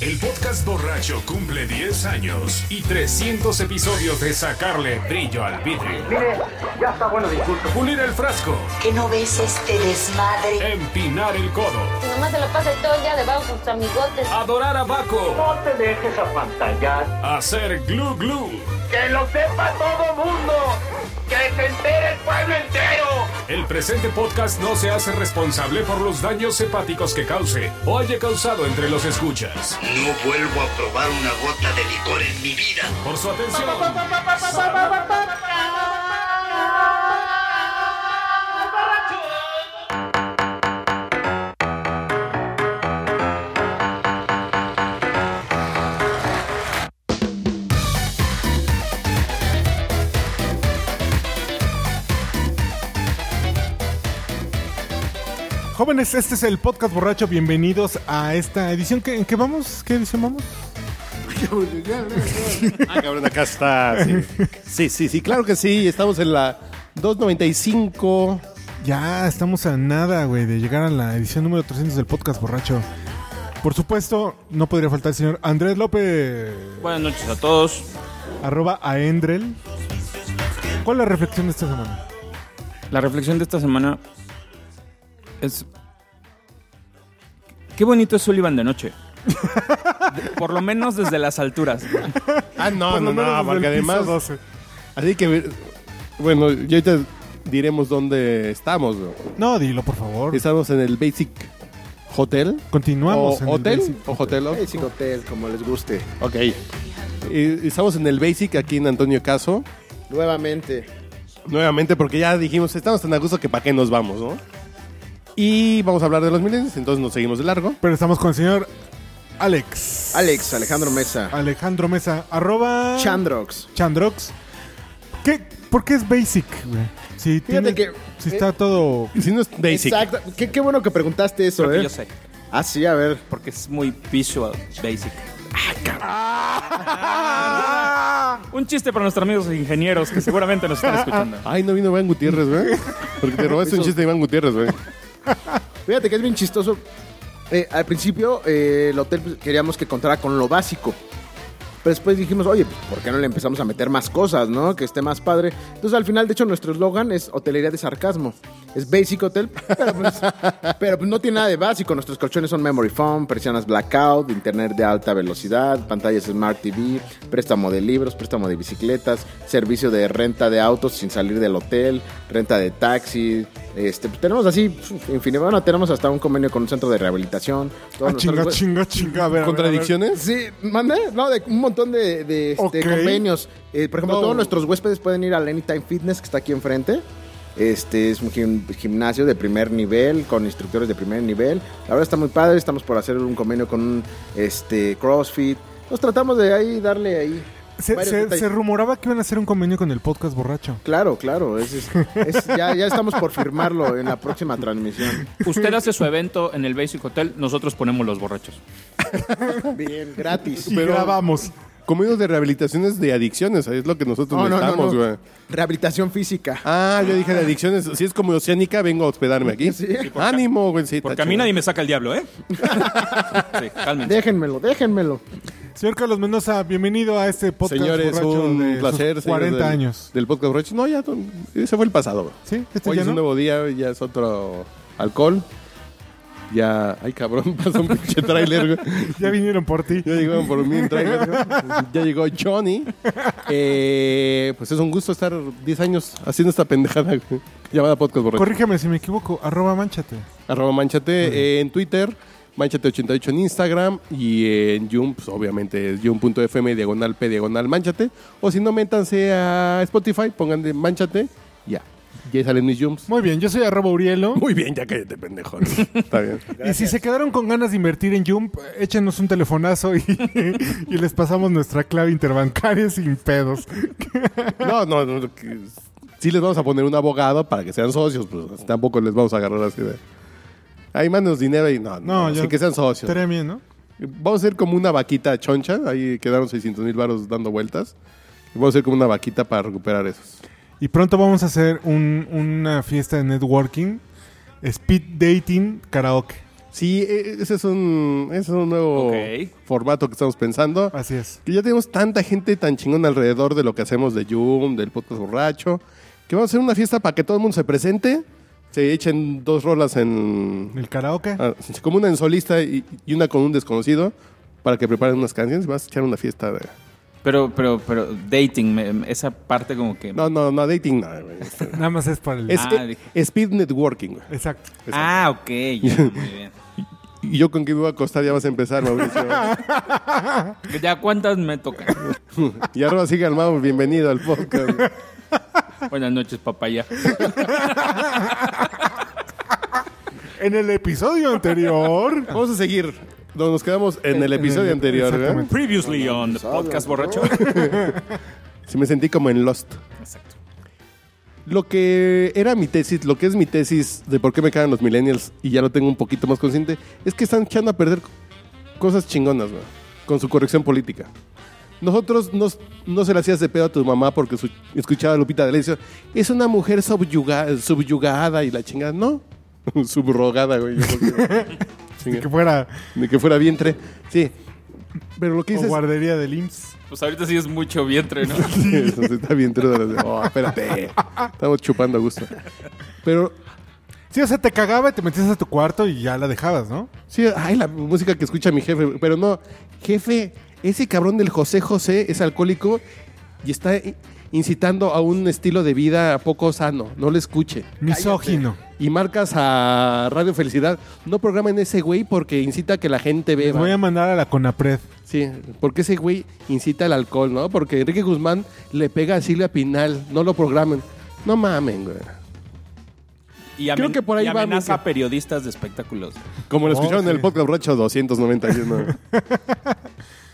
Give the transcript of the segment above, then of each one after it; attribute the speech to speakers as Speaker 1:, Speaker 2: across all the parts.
Speaker 1: El podcast borracho cumple 10 años y 300 episodios de sacarle brillo al vidrio.
Speaker 2: Mire, ya está bueno de insultos.
Speaker 1: Pulir el frasco,
Speaker 3: ¿Qué no ves este desmadre?
Speaker 1: empinar el codo,
Speaker 4: Mi mamá se la pasa todo el día debajo con sus amigotes.
Speaker 1: adorar a Baco,
Speaker 2: No te dejes apantallar.
Speaker 1: hacer glu glu,
Speaker 2: ¡Que lo sepa todo mundo! ¡Que se entere el pueblo entero!
Speaker 1: El presente podcast no se hace responsable por los daños hepáticos que cause o haya causado entre los escuchas.
Speaker 5: No vuelvo a probar una gota de licor en mi vida.
Speaker 1: Por su atención.
Speaker 6: Jóvenes, este es el podcast borracho. Bienvenidos a esta edición. ¿Qué, ¿En qué vamos? ¿Qué edición vamos?
Speaker 7: Ah, cabrón, acá está. Sí. sí, sí, sí, claro que sí. Estamos en la 295.
Speaker 6: Ya estamos a nada, güey, de llegar a la edición número 300 del podcast borracho. Por supuesto, no podría faltar el señor Andrés López,
Speaker 8: Buenas noches a todos.
Speaker 6: arroba a Endrel. ¿Cuál es la reflexión de esta semana?
Speaker 8: La reflexión de esta semana es... Qué bonito es Sullivan de noche. De- Por lo menos desde las alturas.
Speaker 7: Ah, no,
Speaker 6: Por lo
Speaker 7: no,
Speaker 6: menos
Speaker 7: no,
Speaker 6: desde
Speaker 7: porque
Speaker 6: el piso
Speaker 7: además.
Speaker 6: 12.
Speaker 7: Así que, bueno, yo ahorita diremos dónde estamos. ¿no?
Speaker 6: No, dilo, por favor.
Speaker 7: Estamos en el Basic Hotel.
Speaker 6: Continuamos.
Speaker 7: ¿O
Speaker 6: en el
Speaker 7: hotel?
Speaker 6: Basic.
Speaker 7: ¿O hotel? ¿o?
Speaker 9: Basic Hotel, como les guste.
Speaker 7: Ok. Y- y Estamos en el Basic aquí en Antonio Caso.
Speaker 9: Nuevamente.
Speaker 7: Nuevamente, porque ya dijimos, estamos tan a gusto que para qué nos vamos, ¿no? Y vamos a hablar de los milenios, entonces nos seguimos de largo.
Speaker 6: Pero estamos con el señor Alex.
Speaker 9: Alex, Alejandro Mesa.
Speaker 6: Alejandro Mesa, arroba...
Speaker 9: Chandrox.
Speaker 6: Chandrox. ¿Qué? ¿Por qué es basic, güey? Si, tiene-
Speaker 9: que-
Speaker 6: si
Speaker 9: eh,
Speaker 6: está todo...
Speaker 7: Si no es Basic.
Speaker 9: Exacto. Qué, qué bueno que preguntaste eso,
Speaker 8: Creo que
Speaker 9: ¿eh?
Speaker 8: yo sé.
Speaker 9: Ah, sí, a ver.
Speaker 8: Porque es muy visual, basic. Un chiste para nuestros amigos e ingenieros que seguramente nos están escuchando.
Speaker 7: Ay, no vino Iván Gutiérrez, güey. Porque te robaste un chiste de Iván Gutiérrez, güey.
Speaker 9: Fíjate que es bien chistoso. Eh, al principio, eh, el hotel pues, queríamos que contara con lo básico. Pero después dijimos, oye, pues, ¿por qué no le empezamos a meter más cosas, no? Que esté más padre. Entonces, al final, de hecho, nuestro eslogan es hotelería de sarcasmo. Es Basic Hotel, pero pues, pero, pues, no tiene nada de básico. Nuestros colchones son memory foam, persianas blackout, internet de alta velocidad, pantallas Smart TV, préstamo de libros, préstamo de bicicletas, servicio de renta de autos sin salir del hotel, renta de taxi. Este, pues, tenemos así, uf, infinidad. Bueno, tenemos hasta un convenio con un centro de rehabilitación. Todos
Speaker 6: Ah,
Speaker 9: nuestros-
Speaker 6: chinga, chinga, chinga. A ver, a ver, a ver.
Speaker 7: ¿Contradicciones?
Speaker 9: Sí, manda, no, de un montón de, de, este,
Speaker 6: Ok.
Speaker 9: convenios. Eh, por ejemplo,
Speaker 7: No.
Speaker 9: todos nuestros huéspedes pueden ir al Anytime Fitness, que está aquí enfrente. Este es un gim- gimnasio de primer nivel, con instructores de primer nivel. La verdad está muy padre, estamos por hacer un convenio con un este, CrossFit. Nos tratamos de ahí darle ahí.
Speaker 6: Se,
Speaker 9: varios
Speaker 6: se-
Speaker 9: detalles.
Speaker 6: se rumoraba que iban a hacer un convenio con el podcast borracho.
Speaker 9: Claro, claro, es- es- es- ya, ya estamos por firmarlo en la próxima transmisión.
Speaker 8: Usted hace su evento en el Basic Hotel, nosotros ponemos los borrachos.
Speaker 9: Bien, gratis.
Speaker 6: Y
Speaker 7: Pero-
Speaker 6: grabamos.
Speaker 7: Convenios de rehabilitaciones de adicciones, es lo que nosotros
Speaker 9: No, no, no,
Speaker 7: necesitamos,
Speaker 9: no.
Speaker 7: güey.
Speaker 9: Rehabilitación física.
Speaker 7: Ah, yo dije de adicciones. Si es como Oceánica, vengo a hospedarme aquí.
Speaker 9: Sí. Sí,
Speaker 7: Ánimo, güey. Sí,
Speaker 8: Porque
Speaker 7: está
Speaker 8: a mí
Speaker 7: chido.
Speaker 8: nadie me saca el diablo, ¿eh? Sí, cálmense.
Speaker 9: Déjenmelo, déjenmelo.
Speaker 6: Señor Carlos Mendoza, bienvenido a este podcast
Speaker 7: Señores,
Speaker 6: borracho de
Speaker 7: un
Speaker 6: sus
Speaker 7: placer. señores
Speaker 6: 40
Speaker 7: del-
Speaker 6: años.
Speaker 7: Del podcast borracho. No, ya, ton- ese fue el pasado, güey.
Speaker 6: ¿Sí? ¿Este
Speaker 7: Hoy
Speaker 6: ya
Speaker 7: es
Speaker 6: no?
Speaker 7: un nuevo día, ya es otro alcohol. Ya, ay cabrón, pasó un pinche tráiler, güey.
Speaker 6: Ya vinieron por ti.
Speaker 7: Ya llegaron por mí en tráiler. Ya llegó Johnny. Eh, pues es un gusto estar 10 años haciendo esta pendejada güey, llamada podcast borracho.
Speaker 6: Corrígeme si me equivoco. Arroba manchate.
Speaker 7: Arroba Manchate eh, en Twitter, Manchate88 en Instagram y en Yum, pues obviamente es yum.fm diagonal p diagonal Manchate. O si no, métanse a Spotify, pongan de Manchate, ya. Ya salen mis Yums.
Speaker 6: Muy bien, yo soy arroba Urielo.
Speaker 7: Muy bien, ya cállate, pendejo. Está bien.
Speaker 6: Y si se quedaron con ganas de invertir en Jump, échenos un telefonazo y, y les pasamos nuestra clave interbancaria sin pedos.
Speaker 7: No, no, no. que- Sí les vamos a poner un abogado para que sean socios, pues tampoco les vamos a agarrar así de... Ahí mándenos dinero y no, no,
Speaker 6: No,
Speaker 7: así
Speaker 6: yo-
Speaker 7: que sean socios.
Speaker 6: Estaría bien, ¿no?
Speaker 7: Vamos a ser como una vaquita choncha, ahí quedaron 600 mil varos dando vueltas. Vamos a ser como una vaquita para recuperar esos.
Speaker 6: Y pronto vamos a hacer un- una fiesta de networking, speed dating, karaoke.
Speaker 7: Sí, e- ese es un, ese es un nuevo
Speaker 8: Ok.
Speaker 7: formato que estamos pensando.
Speaker 6: Así es.
Speaker 7: Que ya tenemos tanta gente tan chingona alrededor de lo que hacemos de Yum, del podcast borracho, que vamos a hacer una fiesta para que todo el mundo se presente, se echen dos rolas en...
Speaker 6: El karaoke.
Speaker 7: ah, como una en solista y, y una con un desconocido, para que preparen unas canciones y vas a echar una fiesta de...
Speaker 8: Pero, pero, pero, dating, me- me- esa parte como que.
Speaker 7: No, no, no, dating nada, güey. Este,
Speaker 6: Nada más es para el.
Speaker 7: Es,
Speaker 8: Ah,
Speaker 7: eh,
Speaker 8: dije.
Speaker 7: speed networking, güey.
Speaker 6: Exacto.
Speaker 8: ah, ok, ya, muy bien.
Speaker 7: Y yo con que me voy a acostar ya vas a empezar, Mauricio.
Speaker 8: ¿Ya cuántas me tocan?
Speaker 7: y ahora sigue al Mau, bienvenido al podcast.
Speaker 8: Buenas noches, papaya.
Speaker 6: En el episodio anterior.
Speaker 7: Vamos a seguir. No, Nos quedamos en el episodio anterior, ¿verdad?
Speaker 6: Exactamente.
Speaker 8: Previously on the podcast borracho.
Speaker 7: Sí, me sentí como en Lost.
Speaker 8: Exacto.
Speaker 7: Lo que era mi tesis, lo que es mi tesis de por qué me cagan los millennials y ya lo tengo un poquito más consciente, es que están echando a perder cosas chingonas, güey, con su corrección política. Nosotros nos- no se le hacías de pedo a tu mamá porque su- escuchaba a Lupita D'Alessio. Es una mujer subyuga- subyugada y la chingada. No, subrogada, güey. yo creo que- Chinga.
Speaker 6: Que fuera
Speaker 7: Ni que fuera vientre. Sí. Pero lo que
Speaker 6: o
Speaker 7: dices...
Speaker 6: guardería del IMSS.
Speaker 8: Pues ahorita sí es mucho vientre, ¿no?
Speaker 7: Sí, eso sí está bien trudo. Oh, espérate. Estamos chupando a gusto. Pero
Speaker 6: Sí, o sea, te cagaba y te metías a tu cuarto y ya la dejabas, ¿no?
Speaker 7: sí, ay, la música que escucha mi jefe. Pero no, jefe, ese cabrón del José José es alcohólico y está i- incitando a un estilo de vida poco sano. No le escuche.
Speaker 6: Misógino.
Speaker 7: Y marcas a Radio Felicidad. No programen ese güey porque incita a que la gente
Speaker 6: Les voy a
Speaker 7: beba.
Speaker 6: mandar a la Conapred.
Speaker 7: Sí, porque ese güey incita al alcohol, ¿no? Porque Enrique Guzmán le pega a Silvia Pinal. No lo programen. No mamen, güey.
Speaker 8: Y
Speaker 7: Creo que por ahí
Speaker 8: y
Speaker 7: va
Speaker 8: amenaza
Speaker 7: mucho.
Speaker 8: a periodistas de espectáculos.
Speaker 7: Como lo escucharon
Speaker 6: Oh,
Speaker 7: en el
Speaker 6: sí.
Speaker 7: podcast borracho 291.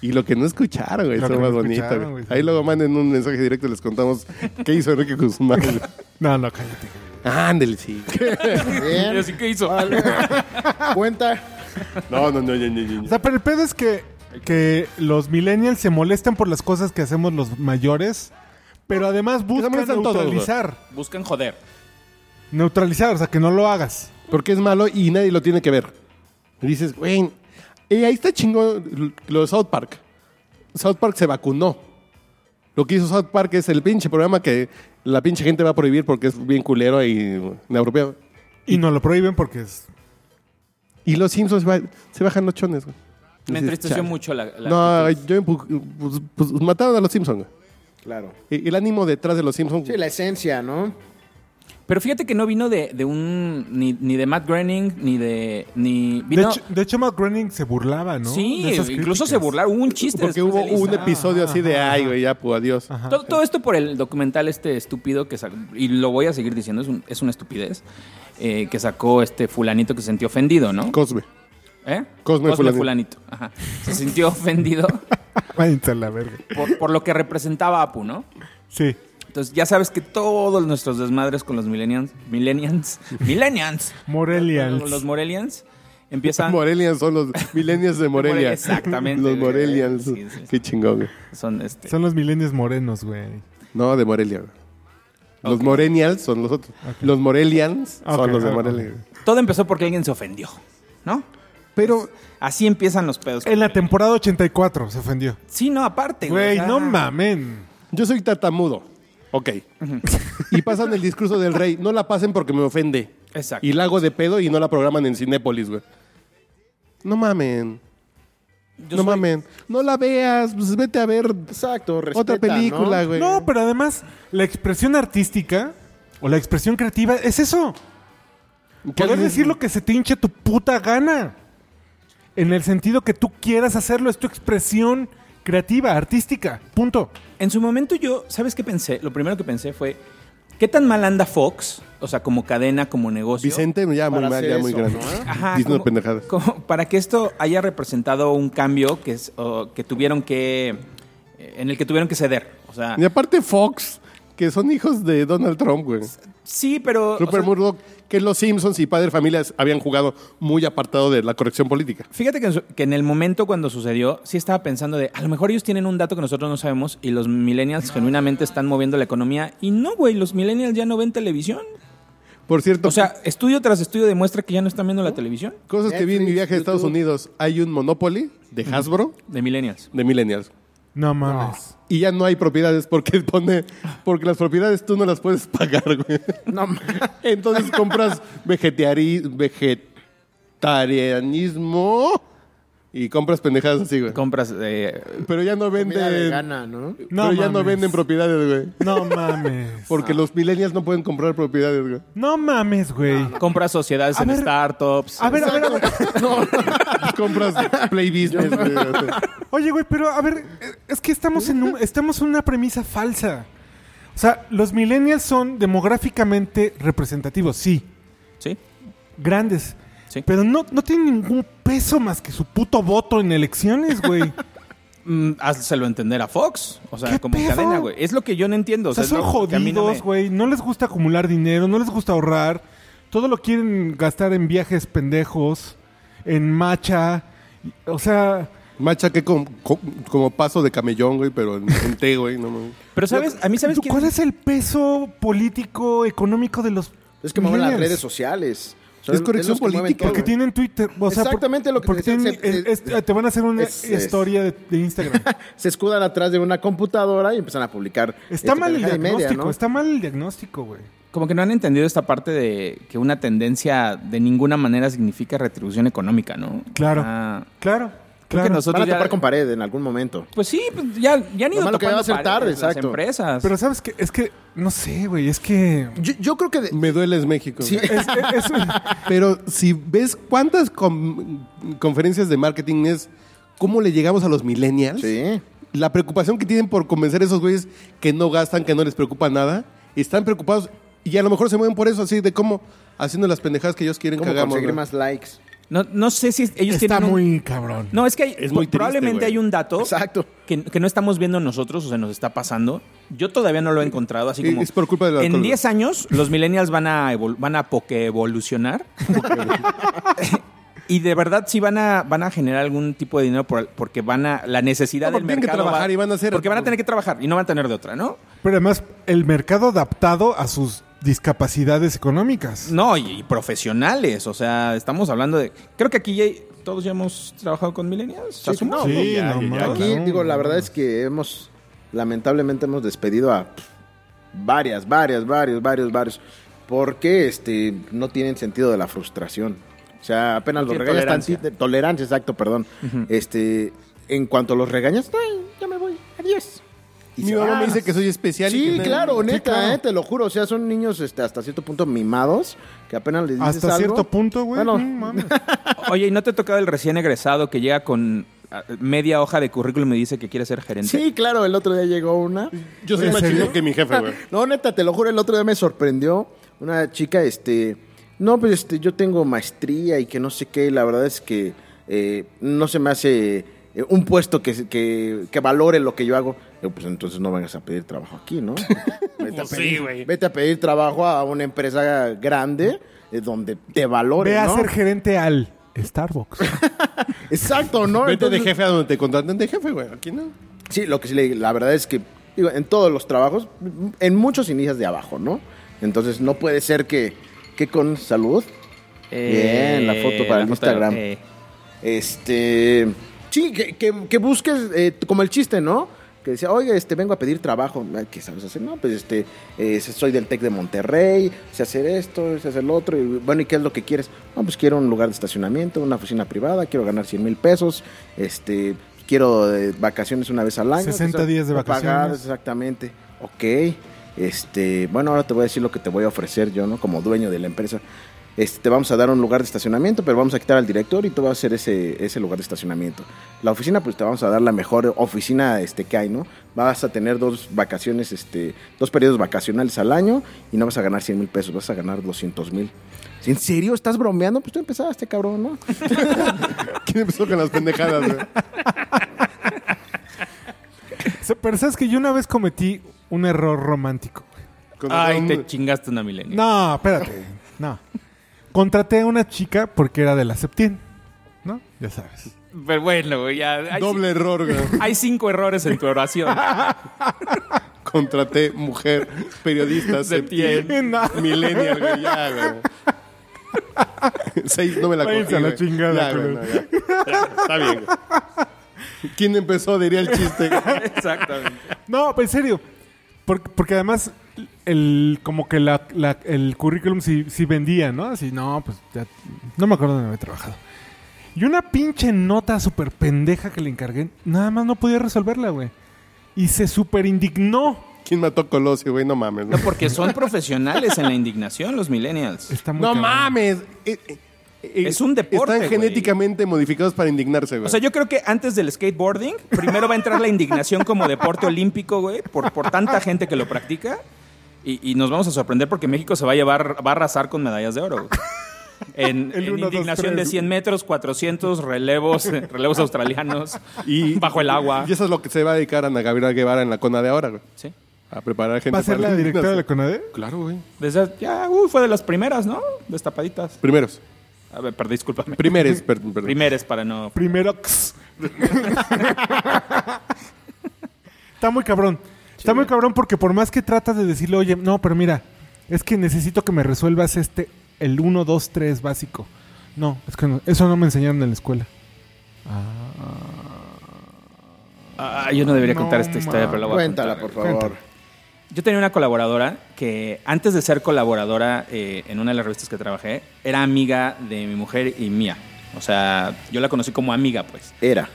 Speaker 7: y lo que no escucharon, güey,
Speaker 6: Lo
Speaker 7: eso
Speaker 6: que
Speaker 7: es más
Speaker 6: no
Speaker 7: bonito.
Speaker 6: escucharon,
Speaker 7: güey.
Speaker 6: güey, sí.
Speaker 7: Ahí luego manden un mensaje directo y les contamos qué hizo Enrique Guzmán. güey.
Speaker 6: No, no, cállate.
Speaker 7: Ándale, sí.
Speaker 8: ¿Y
Speaker 9: Bien.
Speaker 8: así que hizo?
Speaker 9: Cuenta.
Speaker 7: No, no, no, no, no,
Speaker 6: O
Speaker 7: no.
Speaker 6: sea, pero el pedo es que, que los millennials se molestan por las cosas que hacemos los mayores, pero además buscan
Speaker 7: molestan todos,
Speaker 6: neutralizar.
Speaker 8: Buscan joder.
Speaker 6: neutralizar, o sea, que no lo hagas.
Speaker 7: Porque es malo y nadie lo tiene que ver. Y dices, güey, eh, ahí está chingón lo de South Park. South Park se vacunó. Lo que hizo South Park es el pinche programa que la pinche gente va a prohibir porque es bien culero y inapropiado.
Speaker 6: Y no lo prohíben porque es...
Speaker 7: Y los Simpsons ba- se bajan los chones, güey.
Speaker 8: Me
Speaker 7: Dices,
Speaker 8: entristeció
Speaker 7: "Chale".
Speaker 8: mucho la. la
Speaker 7: No,
Speaker 8: actitud.
Speaker 7: yo empu- pues, pues, mataron a los Simpsons. güey.
Speaker 9: Claro.
Speaker 7: El el ánimo detrás de los Simpsons.
Speaker 9: Sí, la esencia, ¿no?
Speaker 8: Pero fíjate que no vino de, de un. Ni, ni de Matt Groening, ni de. Ni,
Speaker 6: De,
Speaker 8: vino,
Speaker 6: hecho, de hecho, Matt Groening se burlaba, ¿no?
Speaker 8: Sí,
Speaker 6: De esas
Speaker 8: incluso
Speaker 6: críticas.
Speaker 8: se burlaron. Hubo un chiste.
Speaker 7: porque
Speaker 8: después
Speaker 7: hubo
Speaker 8: de
Speaker 9: Ah,
Speaker 8: Lisa.
Speaker 7: un episodio así de, ay, güey, ya, pues adiós.
Speaker 8: Todo, todo esto por el documental este estúpido que sacó, y lo voy a seguir diciendo, es, un- es una estupidez, eh, que sacó este fulanito que se sintió ofendido, ¿no?
Speaker 7: Cosme.
Speaker 8: ¿Eh?
Speaker 7: Cosme Fulanito.
Speaker 8: Ajá. Se sintió ofendido
Speaker 6: Váyanse a la verga.
Speaker 8: por, por lo que representaba Apu, ¿no?
Speaker 6: Sí.
Speaker 8: Entonces ya sabes que todos nuestros desmadres con los millennials, millennials, millennials, con los
Speaker 6: Morelians.
Speaker 8: morelians, empiezan...
Speaker 7: Morelians son los millennials de Morelia.
Speaker 8: Exactamente,
Speaker 7: Los
Speaker 8: güey.
Speaker 7: Morelians.
Speaker 8: Sí, sí, sí.
Speaker 7: Qué chingón, güey.
Speaker 8: son este...
Speaker 6: Son los milenios morenos, güey.
Speaker 7: No, de Morelia, güey. Los Morenials son los otros. Los Morelians
Speaker 6: Ok,
Speaker 7: son los de
Speaker 6: ok.
Speaker 7: Morelia. güey.
Speaker 8: Todo empezó porque alguien se ofendió, ¿no?
Speaker 7: Pero
Speaker 8: Así empiezan los pedos.
Speaker 6: En la temporada 84 se ofendió.
Speaker 8: Sí, no, aparte.
Speaker 6: Güey,
Speaker 8: o sea,
Speaker 6: no mamen.
Speaker 7: yo soy tartamudo. Ok. y pasan el discurso del rey. No la pasen porque me ofende.
Speaker 8: Exacto.
Speaker 7: Y la hago de pedo y no la programan en Cinépolis, güey. No mamen.
Speaker 8: Yo
Speaker 7: no
Speaker 8: soy-
Speaker 7: mamen. No la veas. Pues vete a ver
Speaker 9: Exacto, respeta,
Speaker 7: otra película,
Speaker 9: ¿no?
Speaker 7: güey.
Speaker 6: No, pero además, la expresión artística o la expresión creativa es eso. Poder decir lo que se te hinche tu puta gana. En el sentido que tú quieras hacerlo, es tu expresión creativa, artística. Punto.
Speaker 8: En su momento yo, ¿sabes qué pensé? Lo primero que pensé fue, ¿qué tan mal anda Fox? O sea, como cadena, como negocio.
Speaker 7: Vicente, ya muy
Speaker 9: Para
Speaker 7: mal,
Speaker 9: hacer
Speaker 7: ya muy
Speaker 9: eso,
Speaker 7: grande.
Speaker 9: ¿no?
Speaker 8: Ajá,
Speaker 7: Diciendo
Speaker 8: como-
Speaker 7: pendejadas.
Speaker 8: como para que esto haya representado un cambio que, es, o que tuvieron que... En el que tuvieron que ceder. O sea,
Speaker 7: Y aparte Fox, que son hijos de Donald Trump, güey.
Speaker 8: sí, pero... o
Speaker 7: Rupert
Speaker 8: sea,
Speaker 7: Murdoch, que los Simpsons y Padre Familia habían jugado muy apartado de la corrección política.
Speaker 8: Fíjate que en, su- que en el momento cuando sucedió, sí estaba pensando de, a lo mejor ellos tienen un dato que nosotros no sabemos y los millennials genuinamente están moviendo la economía. Y no, güey, los millennials ya no ven televisión.
Speaker 7: Por cierto,
Speaker 8: O sea, estudio tras estudio demuestra que ya no están viendo la televisión
Speaker 7: cosas que vi en mi
Speaker 9: Netflix,
Speaker 7: viaje a Estados
Speaker 9: YouTube.
Speaker 7: Unidos. Hay un Monopoly de Hasbro
Speaker 8: de millennials.
Speaker 7: de Millennials.
Speaker 6: No mames.
Speaker 7: Y ya no hay propiedades porque pone. Porque las propiedades tú no las puedes pagar, güey.
Speaker 9: No mames.
Speaker 7: Entonces compras vegetari- vegetarianismo y compras pendejadas así, güey.
Speaker 8: Compras eh,
Speaker 7: Pero ya no
Speaker 9: Comida
Speaker 7: venden.
Speaker 9: vegana, ¿no?
Speaker 6: No
Speaker 7: pero ya no
Speaker 6: mames.
Speaker 7: venden propiedades, güey.
Speaker 6: No mames.
Speaker 7: Porque los millennials no pueden comprar propiedades, güey.
Speaker 6: No mames, güey.
Speaker 8: compras sociedades
Speaker 6: A
Speaker 8: en
Speaker 6: ver,
Speaker 8: startups.
Speaker 6: A ver, a ver, a ver.
Speaker 7: Compras Play Business, güey. o sea.
Speaker 6: Oye, güey, pero a ver, eh, es que estamos en, un- estamos en una premisa falsa. O sea, los millennials son demográficamente representativos, sí,
Speaker 8: Sí.
Speaker 6: grandes.
Speaker 8: Sí.
Speaker 6: Pero no, no tienen ningún peso más que su puto voto en elecciones, güey.
Speaker 8: Mm, hazlo entender a Fox. O sea,
Speaker 6: ¿Qué
Speaker 8: como
Speaker 6: pedo?
Speaker 8: cadena, güey. Es lo que yo no entiendo.
Speaker 6: O sea,
Speaker 8: es
Speaker 6: son
Speaker 8: lo que a mí no
Speaker 6: jodidos,
Speaker 8: me-
Speaker 6: güey. No les gusta acumular dinero, no les gusta ahorrar. Todo lo quieren gastar en viajes pendejos, en macha. O sea,
Speaker 7: Macha que com- com- como paso de camellón, güey, pero en, en té, güey. No, mames.
Speaker 8: Pero, ¿sabes? A mí, ¿sabes quién?
Speaker 6: ¿cuál es el peso político, económico de los
Speaker 9: Es que mueven las
Speaker 6: millennials?
Speaker 9: redes sociales. O
Speaker 7: Es corrección
Speaker 9: los que mueven
Speaker 7: política.
Speaker 9: todo,
Speaker 6: Porque
Speaker 9: güey.
Speaker 6: tienen Twitter. O sea,
Speaker 9: Exactamente
Speaker 6: por-
Speaker 9: lo que
Speaker 6: porque
Speaker 9: decía,
Speaker 6: tienen-
Speaker 9: se- eh,
Speaker 6: es- es- te van a hacer una
Speaker 9: es- es-
Speaker 6: historia de, de Instagram.
Speaker 9: Se escudan atrás de una computadora y empiezan a publicar.
Speaker 6: Está
Speaker 9: este,
Speaker 6: mal el
Speaker 9: pendejada y media,
Speaker 6: diagnóstico.
Speaker 9: ¿no?
Speaker 6: Está mal el diagnóstico, güey.
Speaker 8: Como que no han entendido esta parte de que una tendencia de ninguna manera significa retribución económica, ¿no?
Speaker 6: Claro.
Speaker 8: Ah,
Speaker 6: Claro,
Speaker 8: creo que
Speaker 6: claro.
Speaker 8: nosotros
Speaker 9: Van a
Speaker 8: ya-
Speaker 9: topar con pared en algún momento.
Speaker 8: Pues sí, pues ya, ya han
Speaker 9: Lo
Speaker 8: ido
Speaker 9: malo que
Speaker 8: topando
Speaker 9: va a ser
Speaker 8: paredes
Speaker 9: tarde,
Speaker 8: las
Speaker 9: exacto.
Speaker 8: empresas.
Speaker 6: Pero sabes que es que no sé, güey. Es que
Speaker 9: Yo, yo creo que... de-
Speaker 7: Me dueles México.
Speaker 9: Sí.
Speaker 7: güey. Pero si ves cuántas com- conferencias de marketing es, cómo le llegamos a los millennials.
Speaker 9: Sí.
Speaker 7: La preocupación que tienen por convencer a esos güeyes que no gastan, que no les preocupa nada, están preocupados y a lo mejor se mueven por eso, así de cómo haciendo las pendejadas que ellos quieren que
Speaker 9: ¿Cómo
Speaker 7: hagamos.
Speaker 9: conseguir
Speaker 7: güey.
Speaker 9: más likes?
Speaker 8: no, no sé si ellos
Speaker 6: está
Speaker 8: tienen un-
Speaker 6: muy cabrón.
Speaker 8: No, es que hay-
Speaker 7: Es muy triste,
Speaker 8: probablemente
Speaker 7: güey.
Speaker 8: hay un dato
Speaker 9: Exacto.
Speaker 8: que, que no estamos viendo nosotros, o sea, nos está pasando. Yo todavía no lo he encontrado, así
Speaker 7: Es-
Speaker 8: como...
Speaker 7: es por culpa del alcohol,
Speaker 8: En 10 años, los millennials van a, evol- van a pokeevolucionar. y de verdad sí van a, van a generar algún tipo de dinero por- porque van a... La necesidad
Speaker 7: No, porque
Speaker 8: del
Speaker 7: tienen que
Speaker 8: mercado va-
Speaker 7: trabajar y van a hacer-
Speaker 8: Porque van a tener que trabajar y no van a tener de otra, ¿no?
Speaker 6: Pero además, el mercado adaptado a sus discapacidades económicas.
Speaker 8: No, y, y profesionales, o sea, estamos hablando de... Creo que aquí ya todos ya hemos trabajado con millennials. asumo.
Speaker 9: no,
Speaker 6: Sí,
Speaker 7: ya,
Speaker 6: no
Speaker 7: ya,
Speaker 6: mames.
Speaker 7: ya.
Speaker 9: Aquí, digo, la verdad es que hemos, lamentablemente hemos despedido a pff, varias, varias, varios, varios, varios, porque este, no tienen sentido de la frustración. O sea, apenas los
Speaker 8: tiene
Speaker 9: regañas
Speaker 8: tolerancia.
Speaker 9: tantito- tolerancia, exacto, perdón. Este, en cuanto los regañas, "Ay, ya me voy, adiós. Y
Speaker 7: Mi
Speaker 9: se
Speaker 7: mamá
Speaker 9: van.
Speaker 7: me dice que soy especial. y
Speaker 9: Sí,
Speaker 7: que-
Speaker 9: claro,
Speaker 7: Sí,
Speaker 9: neta,
Speaker 7: claro.
Speaker 9: eh, te lo juro. O sea, son niños este, hasta cierto punto mimados, que apenas les dices
Speaker 6: Hasta
Speaker 9: algo-
Speaker 6: cierto punto, güey.
Speaker 9: Bueno,
Speaker 6: Mm, mames.
Speaker 8: Oye, ¿y no te ha tocado el recién egresado que llega con ah, media hoja de currículum y dice que quiere ser gerente?
Speaker 9: sí, claro, el otro día llegó una.
Speaker 7: Yo soy
Speaker 6: ¿En
Speaker 7: más
Speaker 6: serio?
Speaker 7: chido que mi jefe, güey.
Speaker 9: No, neta, te lo juro, el otro día me sorprendió una chica, este, no, pues este, yo tengo maestría y que no sé qué, y la verdad es que eh, no se me hace eh, un puesto que, se- que, que valore lo que yo hago. Digo, pues entonces no vengas a pedir trabajo aquí, ¿no? Vete
Speaker 7: Pues
Speaker 9: a pedir, vete a pedir trabajo a una empresa grande eh, donde te valore,
Speaker 6: Ve a
Speaker 9: ¿no?
Speaker 6: ser gerente al Starbucks.
Speaker 9: Exacto, ¿no?
Speaker 7: Vete de
Speaker 9: Entonces-
Speaker 7: jefe a donde te contraten de jefe, güey. Aquí no.
Speaker 9: Sí, lo que sí le digo, la verdad es que, digo, en todos los trabajos, en muchos inicias de abajo, ¿no? Entonces no puede ser que, que con salud, Bien, la foto para el
Speaker 8: Eh, foto de-
Speaker 9: Instagram.
Speaker 8: eh,
Speaker 9: este, sí, que, que- que busques, eh, como el chiste, ¿no? Que decía, oye, este, vengo a pedir trabajo. Ah, ¿Qué sabes hacer? No, pues este, eh, soy del TEC de Monterrey, sé hacer esto, sé hacer lo otro. Y, bueno, ¿y qué es lo que quieres? No, pues quiero un lugar de estacionamiento, una oficina privada, quiero ganar 100 mil pesos, este, quiero eh, vacaciones una vez al año. o
Speaker 6: 60
Speaker 9: sea,
Speaker 6: días de
Speaker 9: pagar,
Speaker 6: vacaciones.
Speaker 9: Exactamente. Ok. Este, bueno, ahora te voy a decir lo que te voy a ofrecer yo, ¿no? Como dueño de la empresa. Este, te vamos a dar un lugar de estacionamiento, pero vamos a quitar al director y tú vas a hacer ese, ese lugar de estacionamiento. La oficina, pues te vamos a dar la mejor oficina este, que hay, ¿no? Vas a tener dos vacaciones, este, dos periodos vacacionales al año y no vas a ganar 100 mil pesos, vas a ganar 200 mil. ¿En serio? ¿Estás bromeando? Pues tú empezaste, cabrón, ¿no?
Speaker 7: ¿Quién empezó con las pendejadas, güey?
Speaker 6: Se- Pero sabes que yo una vez cometí un error romántico.
Speaker 7: Contrataron-
Speaker 8: Ay, te chingaste una milenia.
Speaker 6: No, espérate. No. Contraté a una chica porque era de la Septien. ¿No? Ya sabes.
Speaker 8: Pero bueno, güey, ya. Hay,
Speaker 7: Doble error, güey.
Speaker 8: hay cinco errores en tu oración.
Speaker 7: contraté mujer periodista septiembre. Millennial, güey, ya, güey. Seis, no me la
Speaker 6: Váyanse
Speaker 7: cogí,
Speaker 6: a la
Speaker 7: güey.
Speaker 6: chingada,
Speaker 7: Ya, güey,
Speaker 6: culeros.
Speaker 7: no, ya. Ya, está bien, güey. ¿Quién empezó? Diría el chiste. güey.
Speaker 8: Exactamente.
Speaker 6: No, pero en serio. Por- Porque, además, el, como que la- la- el currículum sí, sí vendía, ¿no? Así, no, pues ya. No me acuerdo dónde había trabajado. Y una pinche nota súper pendeja que le encargué, nada más no podía resolverla, güey. Y se súper indignó.
Speaker 7: ¿Quién mató a Colosio, güey? No mames.
Speaker 8: No, porque son profesionales en la indignación los millennials.
Speaker 6: Está muy
Speaker 7: No
Speaker 6: cabrón.
Speaker 7: mames. Eh, eh, eh,
Speaker 8: Es un deporte,
Speaker 7: Están
Speaker 8: güey.
Speaker 7: genéticamente modificados para indignarse, güey.
Speaker 8: O sea, yo creo que antes del skateboarding, primero va a entrar la indignación como deporte olímpico, güey, por, por tanta gente que lo practica. Y, y nos vamos a sorprender porque México se va a llevar, va a arrasar con medallas de oro, güey. En,
Speaker 6: El
Speaker 8: en
Speaker 6: uno, dos,
Speaker 8: indignación
Speaker 6: tres.
Speaker 8: de 100 metros, 400 relevos, eh, relevos australianos,
Speaker 7: y,
Speaker 8: bajo el agua.
Speaker 7: Y eso es lo que se va a dedicar Ana Gabriela Guevara en la cona de ahora, güey.
Speaker 8: Sí.
Speaker 7: A preparar gente
Speaker 6: ¿Va a ser la directora de la
Speaker 7: indignarse.
Speaker 6: CONADE?
Speaker 7: Claro, güey.
Speaker 8: Desde- ya, uy, fue de las primeras, ¿no? Destapaditas.
Speaker 7: Primeros.
Speaker 8: A ver, perdón, discúlpame.
Speaker 7: Primeres, perdón, perdón.
Speaker 8: Primeras para no.
Speaker 6: Primero. Está muy cabrón. Está muy cabrón porque por más que tratas de decirle, oye, no, pero mira, es que necesito que me resuelvas este, el 1, 2, 3 básico. No, es que no- eso no me enseñaron en la escuela.
Speaker 8: Ah, yo no debería
Speaker 6: No
Speaker 8: contar esta historia,
Speaker 6: mames.
Speaker 8: pero la voy a
Speaker 9: Cuéntala,
Speaker 8: contar.
Speaker 9: por favor.
Speaker 6: Cuéntala.
Speaker 8: Yo tenía una colaboradora que antes de ser colaboradora eh, en una de las revistas que trabajé, era amiga de mi mujer y mía. O sea, yo la conocí como amiga, pues.
Speaker 9: Era.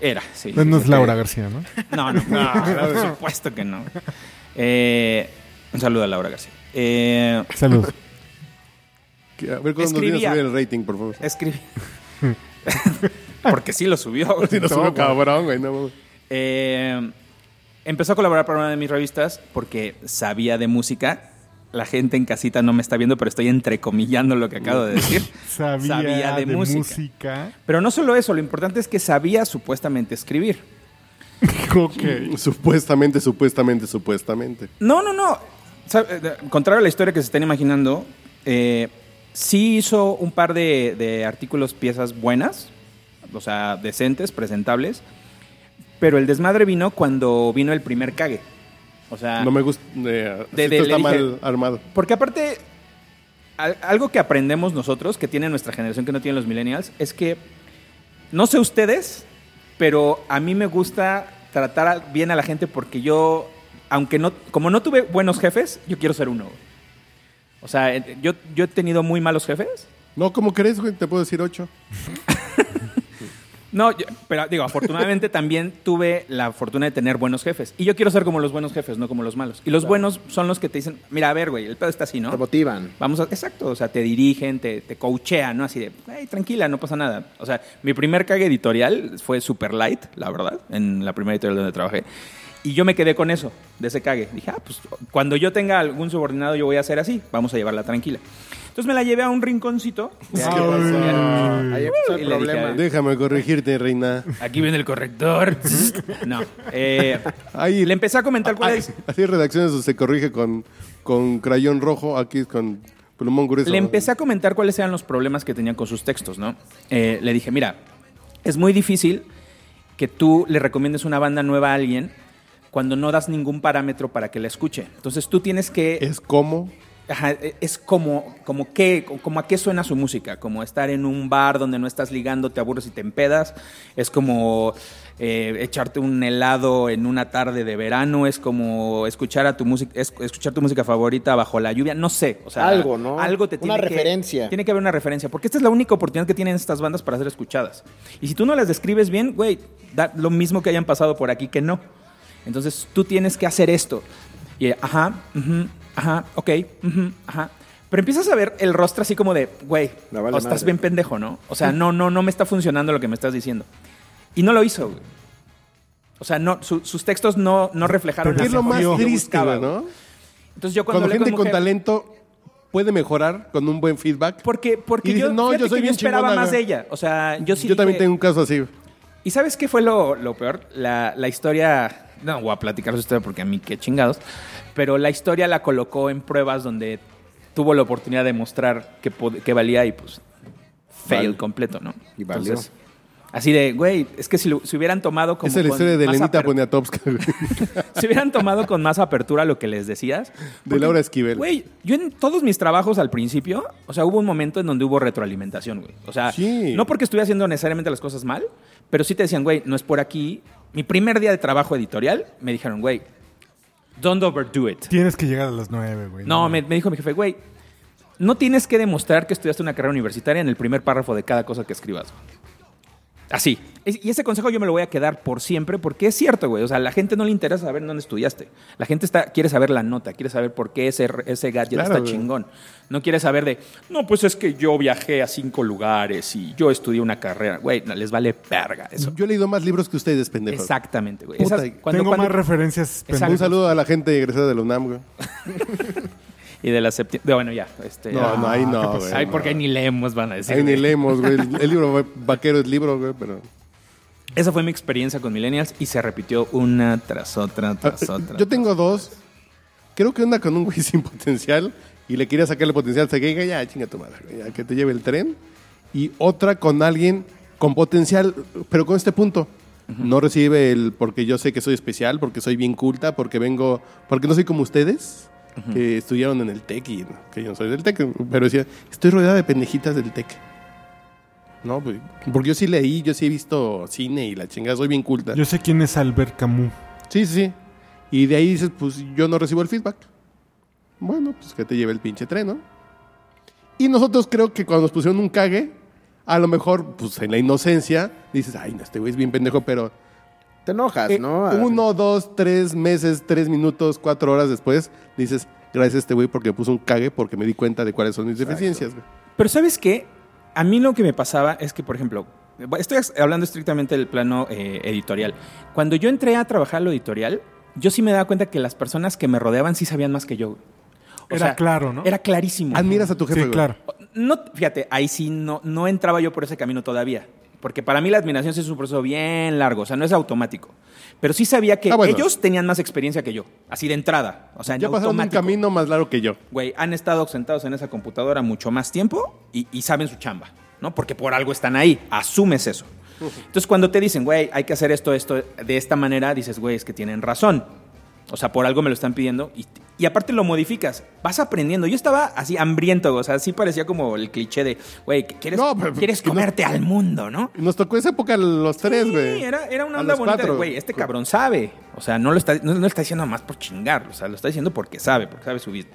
Speaker 8: Era, sí.
Speaker 6: No, no es Laura García, ¿no?
Speaker 8: No, no, no, por supuesto que no. Eh, un saludo a Laura García. Eh,
Speaker 6: Saludos.
Speaker 7: Que- A ver cuándo nos viene a
Speaker 8: Escribía.
Speaker 7: subir el rating, por favor.
Speaker 8: escribí. Porque Oh, sí lo subió.
Speaker 7: Si no sube cabrón, güey. No, mames.
Speaker 8: Eh, empezó a colaborar para una de mis revistas porque sabía de música. La gente en casita no me está viendo, pero estoy entrecomillando lo que acabo de decir.
Speaker 6: Sabía, de, música.
Speaker 8: Pero no solo eso, lo importante es que sabía supuestamente escribir.
Speaker 6: Ok.
Speaker 7: Supuestamente, supuestamente, supuestamente.
Speaker 8: No, no, no. Sa- eh, de- Contrario a la historia que se están imaginando, eh, sí hizo un par de, de artículos, piezas buenas, o sea, decentes, presentables. Pero el desmadre vino cuando vino el primer cague. O sea,
Speaker 7: No me gusta. eh,
Speaker 8: Ah. De-
Speaker 7: esto
Speaker 8: de-
Speaker 7: está
Speaker 8: le dije-
Speaker 7: mal armado.
Speaker 8: Porque aparte, al- algo que aprendemos nosotros, que tiene nuestra generación, que no tienen los millennials, es que, no sé ustedes, pero a mí me gusta tratar a- bien a la gente porque yo, aunque no, como no tuve buenos jefes, yo quiero ser uno. O sea, eh, yo, yo he tenido muy malos jefes.
Speaker 7: No, ¿cómo crees, güey? Te puedo decir ocho.
Speaker 8: No, yo- pero digo, afortunadamente también tuve la fortuna de tener buenos jefes. Y yo quiero ser como los buenos jefes, no como los malos. Y los buenos son los que te dicen, mira, a ver, güey, el pedo está así, ¿no?
Speaker 9: Te motivan.
Speaker 8: Vamos a, exacto, o sea, te dirigen, te, te coachean, ¿no? Así de, "Ey, tranquila, no pasa nada. O sea, mi primer cague editorial fue super light, la verdad, en la primera editorial donde trabajé. Y yo me quedé con eso, de ese cague. Dije, ah, pues cuando yo tenga algún subordinado, yo voy a hacer así, vamos a llevarla tranquila. Entonces me la llevé a un rinconcito.
Speaker 7: ¿Qué
Speaker 8: Ahí-
Speaker 7: pasó?
Speaker 9: Ahí empezó el
Speaker 8: Y le dije,
Speaker 9: problema.
Speaker 8: "Ay,
Speaker 7: Déjame corregirte, reina.
Speaker 8: Aquí viene el corrector. no. eh,
Speaker 7: Ahí-
Speaker 8: le empecé a comentar cuál
Speaker 7: Ay,
Speaker 8: es.
Speaker 7: Así en redacciones se corrige con, con crayón rojo, aquí es con plumón grueso.
Speaker 8: Le empecé a comentar cuáles eran los problemas que tenían con sus textos, ¿no? Eh, le dije, mira, es muy difícil que tú le recomiendes una banda nueva a alguien cuando no das ningún parámetro para que la escuche. Entonces tú tienes que...
Speaker 7: Es como...
Speaker 8: Ajá, e- es como, como, qué, como a qué suena su música, como estar en un bar donde no estás ligando, te aburres y te empedas, es como eh, echarte un helado en una tarde de verano, es como escuchar a tu música, es- escuchar tu música favorita bajo la lluvia, no sé, o sea,
Speaker 9: Algo, ¿no?
Speaker 8: Algo te
Speaker 9: Una
Speaker 8: tiene que-
Speaker 9: referencia.
Speaker 8: tiene que haber una referencia, porque esta es la única oportunidad que tienen estas bandas para ser escuchadas. Y si tú no las describes bien, güey, da lo mismo que hayan pasado por aquí que no. Entonces tú tienes que hacer esto. Y eh, ajá, ujú, ajá, ok, ujú, ajá. Pero empiezas a ver el rostro así como de, güey,
Speaker 9: Me vale
Speaker 8: o estás
Speaker 9: madre.
Speaker 8: bien pendejo, ¿no? O sea, no, no, no me está funcionando lo que me estás diciendo. Y no lo hizo, güey. O sea, no, su- sus textos no, no reflejaron
Speaker 7: Porque
Speaker 8: la
Speaker 7: es lo más
Speaker 8: sensación que
Speaker 7: triste,
Speaker 8: buscaba,
Speaker 7: güey,
Speaker 8: güey.
Speaker 7: ¿no?
Speaker 8: Entonces yo cuando,
Speaker 7: Cuando,
Speaker 8: hablé
Speaker 7: gente con,
Speaker 8: mujer-
Speaker 7: talento puede mejorar con un buen feedback.
Speaker 8: Porque, porque
Speaker 7: Y dicen,
Speaker 8: yo,
Speaker 7: "No,
Speaker 8: fíjate
Speaker 7: yo soy
Speaker 8: que
Speaker 7: bien
Speaker 8: esperaba
Speaker 7: chingona,
Speaker 8: más de
Speaker 7: güey".
Speaker 8: ella. O sea, yo sí
Speaker 7: Yo también
Speaker 8: dije-
Speaker 7: tengo un caso así.
Speaker 8: ¿Y sabes qué fue lo, lo peor? La, la historia. No, voy a platicar su historia porque a mí qué chingados. Pero la historia la colocó en pruebas donde tuvo la oportunidad de mostrar que, pod- que valía y pues fail
Speaker 7: Vale.
Speaker 8: completo, ¿no?
Speaker 9: Y valió.
Speaker 8: Entonces, Así de, güey, es que si, lo- si hubieran tomado como.
Speaker 7: Esa es la
Speaker 8: con
Speaker 7: historia de
Speaker 8: más
Speaker 7: Lenita
Speaker 8: aper-
Speaker 7: Poniatowska, güey.
Speaker 8: Si hubieran tomado con más apertura lo que les decías.
Speaker 7: de Laura Esquivel.
Speaker 8: Güey, yo en todos mis trabajos al principio, o sea, hubo un momento en donde hubo retroalimentación, güey. O sea,
Speaker 7: Sí.
Speaker 8: no porque estuviera haciendo necesariamente las cosas mal, pero sí te decían, güey, no es por aquí. Mi primer día de trabajo editorial, me dijeron, güey, don't overdo it.
Speaker 6: Tienes que llegar a las nueve, güey.
Speaker 8: No, me, me dijo mi jefe, güey, no tienes que demostrar que estudiaste una carrera universitaria en el primer párrafo de cada cosa que escribas. güey. Así. Es- Y ese consejo yo me lo voy a quedar por siempre porque es cierto, güey. O sea, a la gente no le interesa saber dónde estudiaste. La gente está, quiere saber la nota, quiere saber por qué ese, ese gadget
Speaker 7: Claro,
Speaker 8: está
Speaker 7: güey.
Speaker 8: chingón. No quiere saber de, no, pues es que yo viajé a cinco lugares y yo estudié una carrera. Güey, no, les vale verga eso.
Speaker 7: Yo he leído más libros que ustedes, pendejos.
Speaker 8: Exactamente, güey.
Speaker 7: Puta,
Speaker 8: Esas-
Speaker 7: tengo
Speaker 6: Tengo más referencias.
Speaker 8: Exacto.
Speaker 7: Un
Speaker 6: pendejas.
Speaker 7: saludo a la gente egresada de la UNAM, güey.
Speaker 8: Y de la septiembre. Bueno, ya. Este,
Speaker 7: No, no, ahí no, güey.
Speaker 8: Ay,
Speaker 7: no.
Speaker 8: porque ahí ni leemos, van a decir.
Speaker 7: Ahí ni leemos, güey. El, el libro va- vaquero es libro, güey, pero...
Speaker 8: Esa fue mi experiencia con Millennials y se repitió una tras otra, tras
Speaker 7: Ah,
Speaker 8: otra.
Speaker 7: Yo tengo dos. Creo que anda con un güey sin potencial y le quería sacar el potencial. Se que ya, chinga tu madre, güey, ya que te lleve el tren. Y otra con alguien con potencial, pero con este punto. No recibe el porque yo sé que soy especial, porque soy bien culta, porque vengo, porque no soy como ustedes que estudiaron en el TEC y que yo no soy del TEC, pero decía, estoy rodeada de pendejitas del TEC. No, güey, porque yo sí leí, yo sí he visto cine y la chingada, soy bien culta.
Speaker 6: Yo sé quién es Albert Camus.
Speaker 7: Sí, sí, sí. Y de ahí dices, pues yo no recibo el feedback. Bueno, pues que te lleve el pinche tren, ¿no? Y nosotros creo que cuando nos pusieron un cague, a lo mejor, pues en la inocencia, dices, ay, no, este güey es bien pendejo, pero
Speaker 9: Te enojas,
Speaker 7: eh,
Speaker 9: ¿no? Ah,
Speaker 7: uno, dos, tres meses, tres minutos, cuatro horas después, dices, gracias a este güey porque me puso un cague, porque me di cuenta de cuáles son mis deficiencias, güey.
Speaker 8: Pero ¿sabes qué? A mí lo que me pasaba es que, por ejemplo, estoy hablando estrictamente del plano eh, editorial. Cuando yo entré a trabajar lo editorial, yo sí me daba cuenta que las personas que me rodeaban sí sabían más que yo. güey. O
Speaker 6: Era claro, ¿no?
Speaker 8: Era clarísimo.
Speaker 7: Admiras a tu jefe,
Speaker 6: Sí,
Speaker 7: güey.
Speaker 6: claro.
Speaker 8: No, fíjate, ahí sí no, no entraba yo por ese camino todavía. Porque para mí la admiración sí es un proceso bien largo, o sea, no es automático. Pero sí sabía que
Speaker 7: Ah, bueno.
Speaker 8: ellos tenían más experiencia que yo, así de entrada. O sea, en
Speaker 7: Ya pasaron un
Speaker 8: automático.
Speaker 7: camino más largo que yo.
Speaker 8: Güey, han estado sentados en esa computadora mucho más tiempo y, y saben su chamba, ¿no? Porque por algo están ahí, asumes eso. Entonces, cuando te dicen, güey, hay que hacer esto, esto, de esta manera, dices, güey, es que tienen razón. O sea, por algo me lo están pidiendo y, y aparte lo modificas, vas aprendiendo. Yo estaba así hambriento, o sea, así parecía como el cliché de, güey, que ¿quieres,
Speaker 7: No, pero-
Speaker 8: quieres
Speaker 7: que no-
Speaker 8: comerte al mundo, no?
Speaker 7: Y Nos tocó esa época los tres,
Speaker 8: Sí,
Speaker 7: güey.
Speaker 8: Era, era una
Speaker 7: A
Speaker 8: onda
Speaker 7: los
Speaker 8: bonita de,
Speaker 7: cuatro.
Speaker 8: güey, este cabrón sabe. O sea, no lo está, no, no lo está diciendo nomás por chingar. O sea, lo está diciendo porque sabe, porque sabe su vida.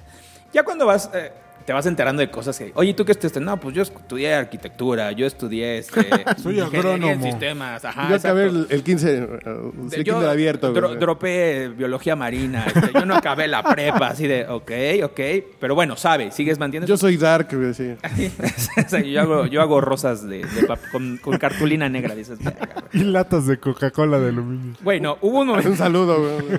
Speaker 8: Ya cuando vas, eh, te vas enterando de cosas que, oye, ¿tú qué estudiaste? No, pues yo estudié arquitectura, yo estudié este,
Speaker 6: Soy
Speaker 8: ingeniería en
Speaker 6: agrónomo.
Speaker 8: sistemas. Ajá,
Speaker 7: yo
Speaker 8: Ah, exacto.
Speaker 7: acabé el, el 15, eh, sí, el 15 del abierto.
Speaker 8: dro-
Speaker 7: güey.
Speaker 8: dropé biología marina, este, yo no acabé la prepa, así de, ok, ok, pero bueno, sabe, sigues manteniendo.
Speaker 7: Yo soy dark, güey, sí.
Speaker 8: O sea, yo, hago, yo hago rosas de, de pap- con, con cartulina negra, dices. "Verga,
Speaker 6: Y
Speaker 8: güey".
Speaker 6: latas de Coca-Cola de aluminio.
Speaker 8: Güey, no, hubo un momento.
Speaker 7: Un saludo, güey.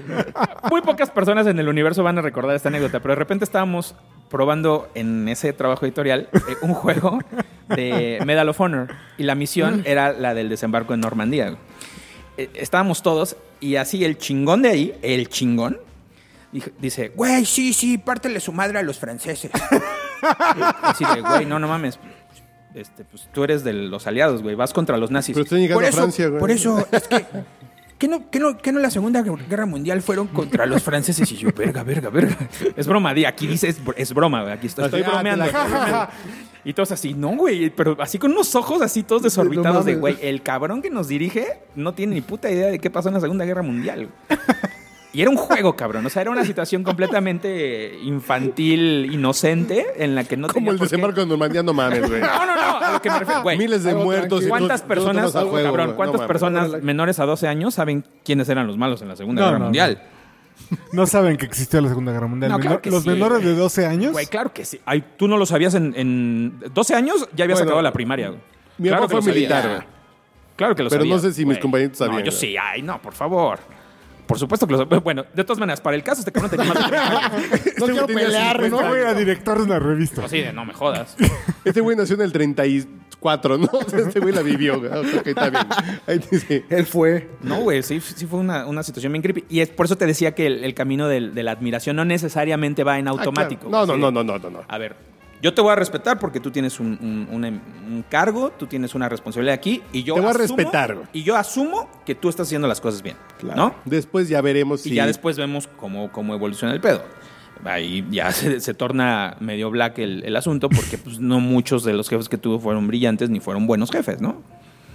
Speaker 8: Muy pocas personas en el universo van a recordar esta anécdota, pero de repente estábamos probando en ese trabajo editorial eh, un juego de Medal of Honor y la misión era la del desembarco en Normandía. güey. Eh, estábamos todos y así el chingón de ahí, el chingón, dijo- dice, güey, sí, sí, pártele su madre a los franceses. así de, güey, no, no mames. Este, pues, tú eres de los aliados, güey, vas contra los nazis.
Speaker 7: Pero están llegando
Speaker 8: Por
Speaker 7: a
Speaker 8: eso-
Speaker 7: Francia, güey.
Speaker 8: Por eso, es que ¿Qué no, qué, no, qué no la Segunda Guerra Mundial fueron contra los franceses? Y yo, verga, verga, verga. Es broma, di, aquí dice, es, br- es broma, güey, aquí estoy, estoy
Speaker 7: Ah, te la-
Speaker 8: bromeando.
Speaker 7: ja, ja, ja.
Speaker 8: Y todos así, no, güey, pero así con unos ojos así todos desorbitados de, güey, el cabrón que nos dirige no tiene ni puta idea de qué pasó en la Segunda Guerra Mundial. güey". Y era un juego, cabrón. O sea, era una situación completamente infantil, inocente, en la que no
Speaker 7: Como
Speaker 8: tenía
Speaker 7: el
Speaker 8: por qué-
Speaker 7: desembarco de Normandía, no mames, güey.
Speaker 8: No, no, no, a lo que me refiero, güey.
Speaker 7: Miles de
Speaker 9: algo
Speaker 7: muertos. y
Speaker 8: ¿Cuántas
Speaker 7: tú- tú
Speaker 8: personas,
Speaker 7: tomas a juego,
Speaker 8: cabrón,
Speaker 7: güey.
Speaker 8: cuántas
Speaker 7: No mames.
Speaker 8: personas menores a 12 años saben quiénes eran los malos en la Segunda
Speaker 6: No, no,
Speaker 8: Guerra
Speaker 6: no.
Speaker 8: Mundial?
Speaker 6: No saben que existió la Segunda Guerra Mundial.
Speaker 8: No,
Speaker 6: Menor-
Speaker 8: claro que
Speaker 6: los
Speaker 8: sí.
Speaker 6: menores de 12 años.
Speaker 8: Güey, claro que sí. Ay, tú no lo sabías en, en 12 años, ya habías
Speaker 7: Bueno,
Speaker 8: acabado la primaria. güey.
Speaker 7: mi
Speaker 8: claro
Speaker 7: papá
Speaker 8: que lo
Speaker 7: fue
Speaker 8: sabía.
Speaker 7: militar, güey.
Speaker 8: Claro que lo
Speaker 7: Pero
Speaker 8: sabía.
Speaker 7: no sé si mis
Speaker 8: güey.
Speaker 7: compañeros sabían,
Speaker 8: No, yo
Speaker 7: güey.
Speaker 8: sí. Ay, no, por favor. Por supuesto que lo sabía. Bueno, de todas maneras, para el caso, este cabrón tenía más de 30 años.
Speaker 7: Este güey tenía 50.
Speaker 6: No era director de una revista.
Speaker 8: Así Pues de, no me jodas.
Speaker 7: Este güey nació en el 34, ¿no? O sea, Este güey la vivió, güey. Ok, está bien. Ahí dice. "Ah,
Speaker 9: Él fue.
Speaker 8: No, güey, sí, sí fue una, una situación bien creepy. Y es por eso te decía que el, el camino del- de la admiración no necesariamente va en
Speaker 7: ah,
Speaker 8: automático.
Speaker 7: claro.
Speaker 8: güey,
Speaker 7: No,
Speaker 8: así
Speaker 7: no,
Speaker 8: de-
Speaker 7: no, no, no, no, no.
Speaker 8: A ver, Yo te voy a respetar porque tú tienes un, un- un- em, un cargo, tú tienes una responsabilidad aquí y yo
Speaker 7: Te voy a
Speaker 8: asumo-
Speaker 7: respetar, güey.
Speaker 8: Y yo asumo que tú estás haciendo las cosas bien, ¿no?
Speaker 7: Después ya veremos
Speaker 8: Y
Speaker 7: si.
Speaker 8: ya después vemos cómo, cómo evoluciona el pedo. Ahí ya se, se torna medio black el, el asunto porque pues, no muchos de los jefes que tuvo fueron brillantes ni fueron buenos jefes, ¿no?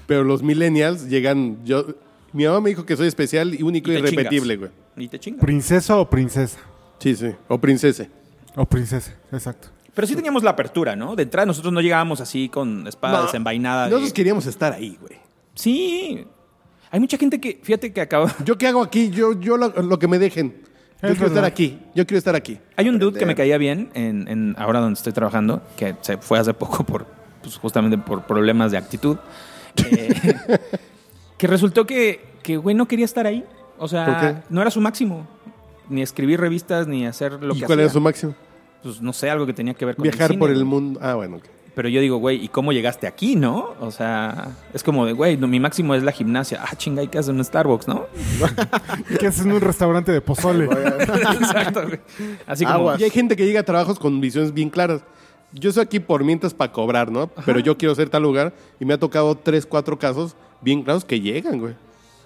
Speaker 7: Pero los millennials llegan. Yo, mi mamá me dijo que soy especial y único y
Speaker 8: te
Speaker 7: irrepetible,
Speaker 8: chingas.
Speaker 7: güey.
Speaker 8: Y te chingas.
Speaker 6: ¿Princesa o princesa?
Speaker 7: Sí, sí. O princesa.
Speaker 6: O princesa, exacto.
Speaker 8: Pero sí teníamos la apertura, ¿no? De entrada nosotros no llegábamos así con espada desenvainada. de-
Speaker 7: Nosotros queríamos estar ahí, güey.
Speaker 8: Sí. Hay mucha gente que, fíjate que acaba...
Speaker 7: ¿Yo qué hago aquí? Yo, yo lo, lo que me dejen. Yo
Speaker 6: Es
Speaker 7: quiero estar
Speaker 6: verdad.
Speaker 7: aquí. Yo quiero estar aquí.
Speaker 8: Hay un dude que me caía bien en, en ahora donde estoy trabajando, que se fue hace poco por pues, justamente por problemas de actitud. eh, que resultó que, que, güey, no quería estar ahí. O
Speaker 7: ¿Por qué?
Speaker 8: sea, no era su máximo. Ni escribir revistas, ni hacer lo
Speaker 7: ¿Y
Speaker 8: que
Speaker 7: cuál
Speaker 8: hacía.
Speaker 7: era su máximo?
Speaker 8: Pues no sé, algo que tenía que ver con el
Speaker 7: Viajar
Speaker 8: cine,
Speaker 7: por el
Speaker 8: güey.
Speaker 7: mundo. Ah, bueno. ok.
Speaker 8: Pero yo digo, güey, ¿y cómo llegaste aquí, no? O sea, es como de, güey, no, mi máximo es la gimnasia. Ah, chinga, hay que hacer un Starbucks, ¿no?
Speaker 6: ¿Qué haces en un restaurante de pozole?
Speaker 8: Exacto, güey. Así como,
Speaker 9: Aguas.
Speaker 7: Y hay gente que llega a trabajos con visiones bien claras. Yo estoy aquí por mientras para cobrar, ¿no? Pero yo quiero ser tal lugar y me ha tocado tres, cuatro casos bien claros que llegan, güey.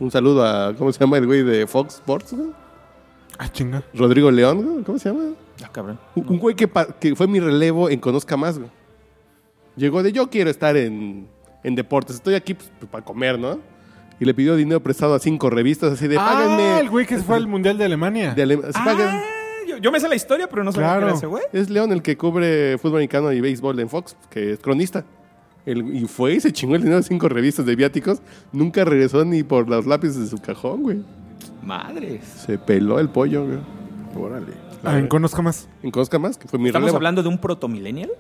Speaker 7: Un saludo a, ¿cómo se llama el güey de Fox Sports, güey?
Speaker 6: ah, chinga.
Speaker 7: Rodrigo León, güey. ¿Cómo se llama?
Speaker 8: ah, cabrón.
Speaker 7: Un un güey que, pa- que fue mi relevo en Conozca Más, güey. Llegó de yo quiero estar en, en deportes, estoy aquí pues, para comer, ¿no? Y le pidió dinero prestado a cinco revistas, así de
Speaker 6: Ah, el
Speaker 7: páganme.
Speaker 6: güey que se fue al Mundial de Alemania.
Speaker 7: de Ale- "Pagan".
Speaker 8: Ah, yo, yo me sé la historia, pero no sabía
Speaker 6: Claro.
Speaker 8: que era ese güey.
Speaker 7: Es León el que cubre fútbol americano y béisbol en Fox, que es cronista. El- y fue y se chingó el dinero de cinco revistas de viáticos. Nunca regresó ni por los lápices de su cajón, güey.
Speaker 8: Madres.
Speaker 7: Se peló el pollo, güey. Órale.
Speaker 6: Ah, en Conozca Más.
Speaker 7: En Cosca más, que fue mi
Speaker 8: ¿Estamos
Speaker 7: relevo.
Speaker 8: hablando de un protomillennial?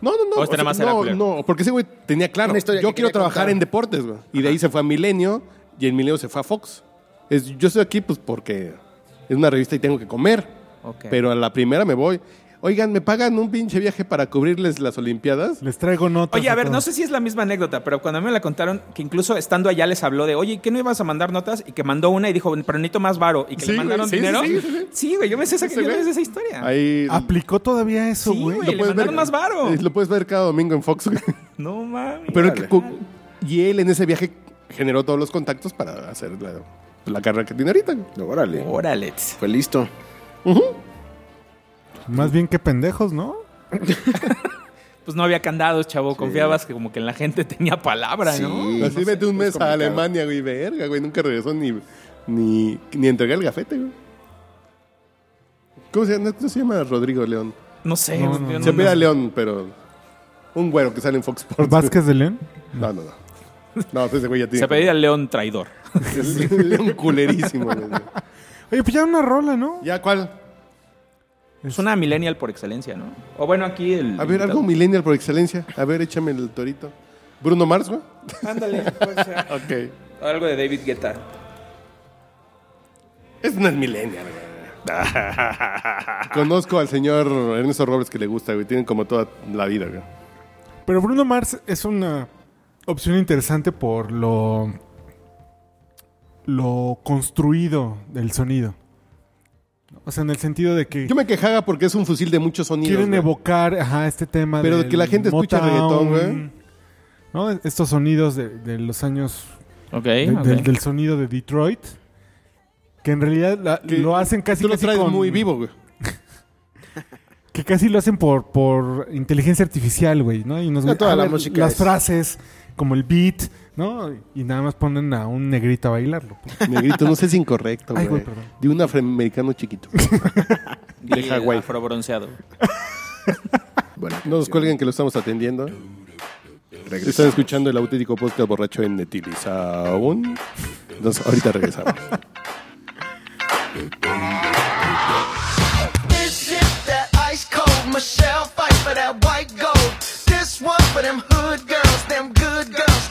Speaker 7: No, no, no.
Speaker 8: O este nada más era
Speaker 7: no,
Speaker 8: culero.
Speaker 7: no, porque ese güey tenía claro.
Speaker 9: Una historia
Speaker 7: Yo
Speaker 9: que
Speaker 7: quiero
Speaker 9: quería
Speaker 7: trabajar
Speaker 9: contar.
Speaker 7: en deportes, güey. Y de ahí se fue a Milenio y en Milenio se fue a Fox. Es, yo estoy aquí, pues, porque es una revista y tengo que comer.
Speaker 8: Ok.
Speaker 7: Pero a la primera me voy. Oigan, ¿me pagan un pinche viaje para cubrirles las Olimpiadas?
Speaker 6: Les traigo notas.
Speaker 8: Oye, a ver,
Speaker 6: todos.
Speaker 8: no sé si es la misma anécdota, pero cuando a mí me la contaron, que incluso estando allá les habló de, oye, ¿qué no ibas a mandar notas? Y que mandó una y dijo, pero necesito más varo. Y que
Speaker 7: Sí,
Speaker 8: le
Speaker 7: güey,
Speaker 8: mandaron
Speaker 7: sí,
Speaker 8: dinero.
Speaker 7: sí, sí, sí.
Speaker 8: Sí, güey, yo me sé esa,
Speaker 7: Ese
Speaker 8: yo me
Speaker 7: güey.
Speaker 8: sé esa historia.
Speaker 7: Ahí.
Speaker 6: ¿Aplicó todavía eso,
Speaker 8: Sí,
Speaker 6: güey?
Speaker 8: güey. Ah, le mandaron más varo.
Speaker 7: Eh, Lo puedes ver cada domingo en Fox. güey.
Speaker 8: No mames.
Speaker 7: Pero el que cu- y él en ese viaje generó todos los contactos para hacer la, la carrera que tiene ahorita. güey.
Speaker 9: Órale.
Speaker 8: Órale.
Speaker 9: Fue listo.
Speaker 6: Más bien que pendejos, ¿no?
Speaker 8: Pues no había candados, chavo. Confiabas que como que en la gente tenía palabra, ¿no?
Speaker 7: Así
Speaker 9: No sé,
Speaker 7: vete un
Speaker 9: es
Speaker 7: mes a
Speaker 9: complicado.
Speaker 7: Alemania, güey, verga, güey. Nunca regresó ni, ni, ni entregar el gafete, güey. ¿Cómo se llama? No se llama Rodrigo León.
Speaker 8: No sé.
Speaker 6: No,
Speaker 8: yo
Speaker 6: no,
Speaker 8: no-
Speaker 7: se apela
Speaker 8: no-
Speaker 7: León, pero un güero que sale en Fox Sports.
Speaker 6: Vázquez de León.
Speaker 7: No, no, no. No, pues ese güey ya tiene.
Speaker 8: Se pedía al león traidor.
Speaker 7: León culerísimo, güey.
Speaker 6: Oye, pues ya una rola, ¿no?
Speaker 7: ¿Ya cuál?
Speaker 8: Es una millennial por excelencia, ¿no? O bueno, aquí el...
Speaker 7: Este. A ver, algo millennial por excelencia. A ver, échame el torito. Bruno Mars, güey.
Speaker 8: Ándale. pues, ya.
Speaker 7: Ok.
Speaker 8: Algo de David Guetta.
Speaker 7: Es no es millennial, güey. Conozco al señor Ernesto Robles que le gusta, güey. Tienen como toda la vida, güey.
Speaker 6: Pero Bruno Mars es una opción interesante por lo. lo construido del sonido. O sea, en el sentido de que
Speaker 7: Yo me quejaba porque es un fusil de muchos sonidos.
Speaker 6: quieren
Speaker 7: güey.
Speaker 6: evocar ajá, este tema
Speaker 7: Pero
Speaker 6: del
Speaker 7: que la gente escucha reggaetón, güey.
Speaker 6: ¿no? Estos sonidos de, de los años.
Speaker 8: Ok.
Speaker 6: de- del, del sonido de Detroit. Que en realidad la-
Speaker 7: Que
Speaker 6: lo hacen casi,
Speaker 7: Tú lo
Speaker 6: casi
Speaker 7: traes
Speaker 6: con-
Speaker 7: muy vivo, güey.
Speaker 6: Que casi lo hacen por, por inteligencia artificial, güey, ¿no? Y nos
Speaker 9: Ya toda
Speaker 6: a
Speaker 9: la música
Speaker 6: Las
Speaker 9: es-
Speaker 6: frases, como el beat, ¿no? Y nada más ponen a un negrito a bailarlo.
Speaker 7: Negrito, no sé si incorrecto,
Speaker 6: Ay,
Speaker 7: güey.
Speaker 6: güey, perdón.
Speaker 7: De un afroamericano chiquito.
Speaker 8: de
Speaker 7: Hawái.
Speaker 8: Afrobronceado.
Speaker 9: Bueno,
Speaker 7: No nos cuelguen que lo estamos atendiendo. Están escuchando el auténtico podcast borracho en Netilizaun. Entonces, ahorita regresamos.
Speaker 10: This is that ice cold Michelle fight for that white gold. This one for them hood girls, them good girls,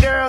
Speaker 10: Girl,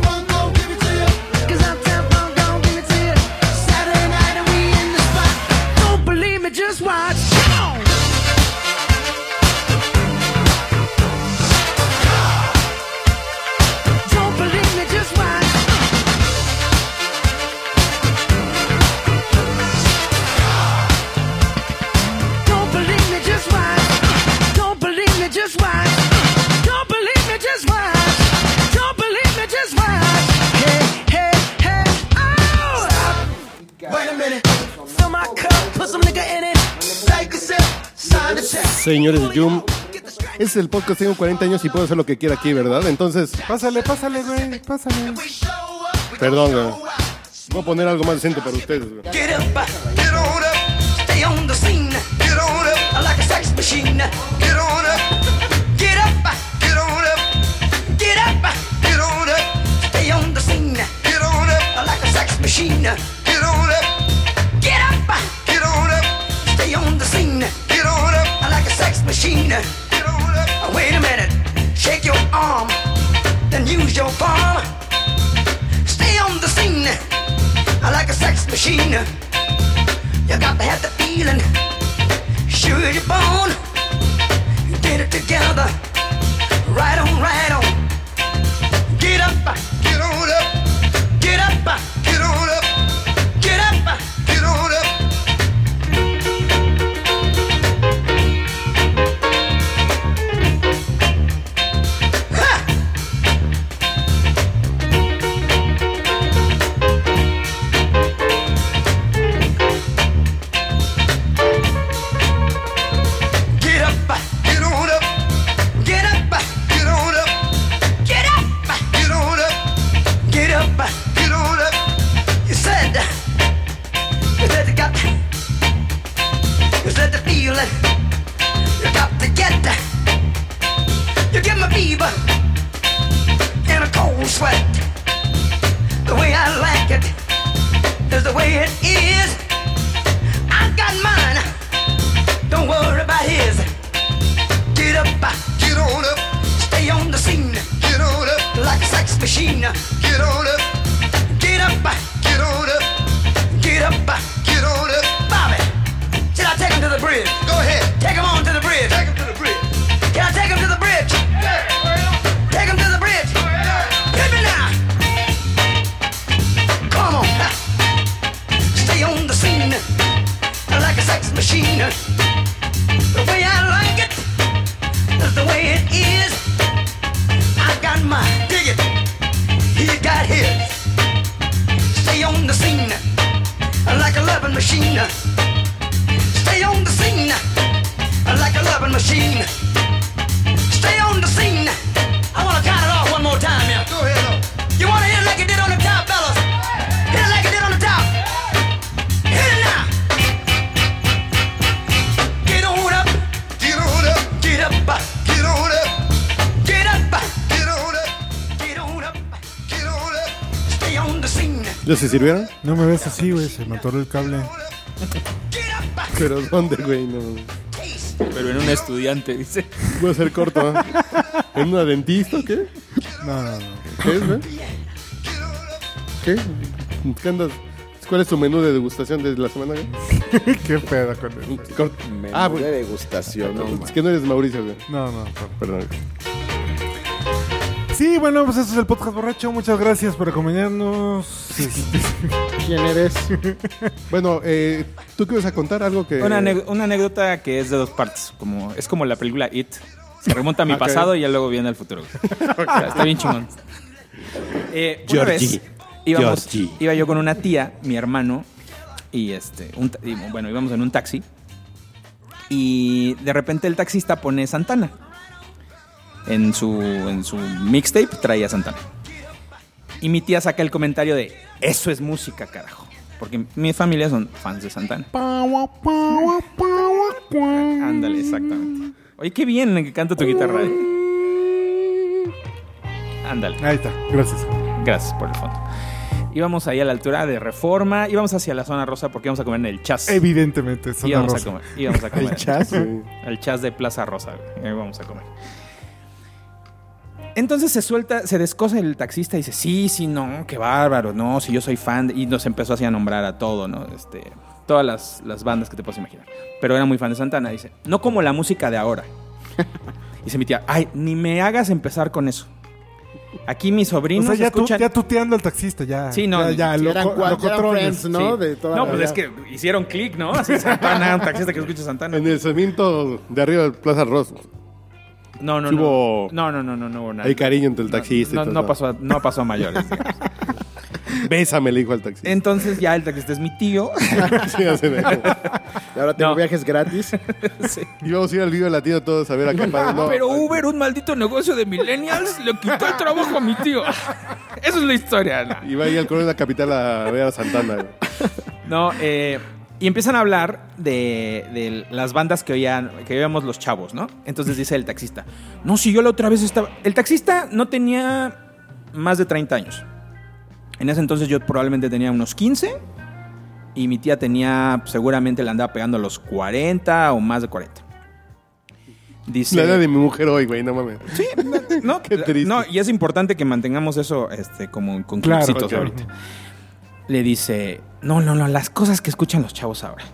Speaker 10: Funk don't give it to you. Cause Uptown Funk don't give it to you. Saturday night and we in the spot. Don't believe me, just watch. Don't believe me, just watch. Don't believe me, just watch. Don't believe me, just watch. Don't believe me, just watch. Don't believe me, just watch. Hey, hey, hey, oh! Wait a minute. Fill my cup, put some nigga in it. Take a sip, sign the check.
Speaker 7: Señores de Yum, Este es el podcast, tengo 40 años y puedo hacer lo que quiera aquí, ¿verdad? Entonces,
Speaker 6: Pásale, pásale, güey, pásale.
Speaker 7: perdón, güey. Voy a poner algo más decente para ustedes, güey.
Speaker 10: Get up, uh, get on up, stay on the scene. Get on up, like a sex machine. Get on up, get up, uh, get on up, get up, uh, get on up, stay on the scene. Get on up, like a sex machine. Get on up, get up, uh, get on up, stay on the scene. Get on up, like a sex machine. Get on up, wait a minute, shake your arm, then use your palm. Stay on the scene, like a sex machine. You got to have the feeling. Sure as you're born. Get it together. Right on, right on. Get up, get on up. Get up, get on up. Get up, get on up. Get up, get on up. Get up, get on up. Get up, get on up. Get up, get on up. You said, you said you got, you said the feeling. You got to get, you give me fever and a cold sweat. The way I like it is the way it is. I got mine. Don't worry about his. Get up, get on up. Stay on the scene. Get on up. Like a sex machine. Get on up. Get up, get on up. Get up, get on up. Bobby, should I take him to the bridge? Go ahead. Take him on to the bridge. Take him to the bridge. Can I take him to the bridge? Take him to the bridge. Hit me now. Come on. Stay on the scene. Like a sex machine. The way I like it is the way it is. I got my dig it, he got his. Stay on the scene like a loving machine. Stay on the scene like a loving machine. Stay on the scene. I wanna count it off one more time, yeah. Go ahead. You wanna hit it like you did on the top, fellas? Hit it like you did on the top. Hit it now. Get on up. Get on up. Get up. Get on up. Get up. Get on up. Get on up. Get on up. Stay on the scene.
Speaker 7: ¿Ya se sirvieron?
Speaker 6: No me ves así, güey, se me atoró el cable.
Speaker 10: Get up.
Speaker 7: Pero ¿dónde, güey? No.
Speaker 10: Taste.
Speaker 8: Pero en un estudiante, dice.
Speaker 7: Voy a ser corto, ¿ah? ¿En una dentista o qué?
Speaker 6: No, no, no.
Speaker 7: ¿Qué es, güey? ¿Qué? ¿Qué andas? ¿Cuál es tu menú de degustación de la semana, güey?
Speaker 6: Qué pedo con eso.
Speaker 7: Cort- Ah,
Speaker 9: Menú
Speaker 7: güey.
Speaker 9: de degustación, no,
Speaker 7: Es que no eres Mauricio, güey.
Speaker 6: No, no, no.
Speaker 7: Perdón.
Speaker 6: Sí, bueno, pues eso es el podcast borracho. Muchas gracias por acompañarnos.
Speaker 9: ¿Quién eres?
Speaker 7: Bueno, eh, ¿tú qué ibas a contar? Algo que...
Speaker 8: Una, ane- una anécdota que es de dos partes. Como, es como la película It. Se remonta a mi
Speaker 7: Ok.
Speaker 8: pasado y ya luego viene al futuro. O sea, está bien chingón. Eh, una
Speaker 7: Georgie.
Speaker 8: vez íbamos-
Speaker 7: Georgie.
Speaker 8: iba yo con una tía, mi hermano, y este, un ta- y, bueno, íbamos en un taxi. Y de repente el taxista pone Santana. En su, en su mixtape traía Santana. Y mi tía saca el comentario de, eso es música, carajo. Porque mi familia son fans de Santana. Ándale, exactamente. Oye, qué bien que canta tu guitarra. eh. Ándale.
Speaker 6: Ahí está, gracias.
Speaker 8: Gracias por el fondo. Íbamos ahí a la altura de Reforma, íbamos hacia la zona rosa porque íbamos a comer en el chas.
Speaker 6: Evidentemente, zona
Speaker 8: íbamos
Speaker 6: rosa.
Speaker 8: a comer. Íbamos a comer.
Speaker 6: El chas, güey.
Speaker 8: Al chas de Plaza Rosa, güey. Ahí vamos a comer. Entonces se suelta, se descosa el taxista y dice, sí, sí, no, qué bárbaro, no, si yo soy fan. de-". Y nos empezó así a nombrar a todo, ¿no? Este, todas las, las bandas que te puedes imaginar. Pero era muy fan de Santana, dice, no como la música de ahora. y se mi tía, ay, ni me hagas empezar con eso. Aquí mis
Speaker 6: O
Speaker 8: sobrinos
Speaker 6: sea, ya, tu-
Speaker 8: escuchan...
Speaker 6: ya tuteando al taxista, ya.
Speaker 8: Sí,
Speaker 6: ya,
Speaker 8: no,
Speaker 6: ya,
Speaker 8: sí,
Speaker 6: lo-
Speaker 9: eran cua-
Speaker 6: locotrones.
Speaker 9: eran friends, ¿no?
Speaker 8: Sí.
Speaker 9: De toda
Speaker 8: no,
Speaker 9: la
Speaker 8: pues
Speaker 9: vida.
Speaker 8: es que hicieron clic, ¿no? Así Santana, un taxista que escucha Santana.
Speaker 7: En el cemento de arriba del Plaza Rosa.
Speaker 8: No, no,
Speaker 7: Sí
Speaker 8: no.
Speaker 7: hubo-
Speaker 8: No, no, no, no, no hubo nada.
Speaker 7: Hay cariño entre el
Speaker 8: No,
Speaker 7: taxista
Speaker 8: No,
Speaker 7: y todo.
Speaker 8: no pasó, a- no pasó a mayores. digamos.
Speaker 7: Bésame, le dijo al taxista.
Speaker 8: Entonces ya el taxista es mi tío.
Speaker 7: Sí, así de-
Speaker 9: Y ahora tengo
Speaker 8: No.
Speaker 9: viajes gratis.
Speaker 7: Y vamos a ir al video latino todos a ver a qué padre. No,
Speaker 8: Pero Uber, un maldito negocio de millennials, le quitó el trabajo a mi tío. Esa es la historia. ¿no?
Speaker 7: Y va a ir al Corona de la Capital a ver a Santana. güey.
Speaker 8: Ah, No, eh, y empiezan a hablar de, de las bandas que oían, que oíamos los chavos, ¿no? Entonces dice el taxista, no, si yo la otra vez estaba... El taxista no tenía más de 30 años. En ese entonces yo probablemente tenía unos 15 y mi tía tenía, seguramente le andaba pegando a los 40 o más de 40. Dice,
Speaker 7: La edad de mi mujer hoy, güey, no mames.
Speaker 8: Sí, no, no,
Speaker 7: Qué triste.
Speaker 8: no, y es importante que mantengamos eso este, como con
Speaker 6: Claro,
Speaker 8: clipsitos
Speaker 7: claro.
Speaker 8: ahorita. Le dice, no, no, no, las cosas que escuchan los chavos ahora.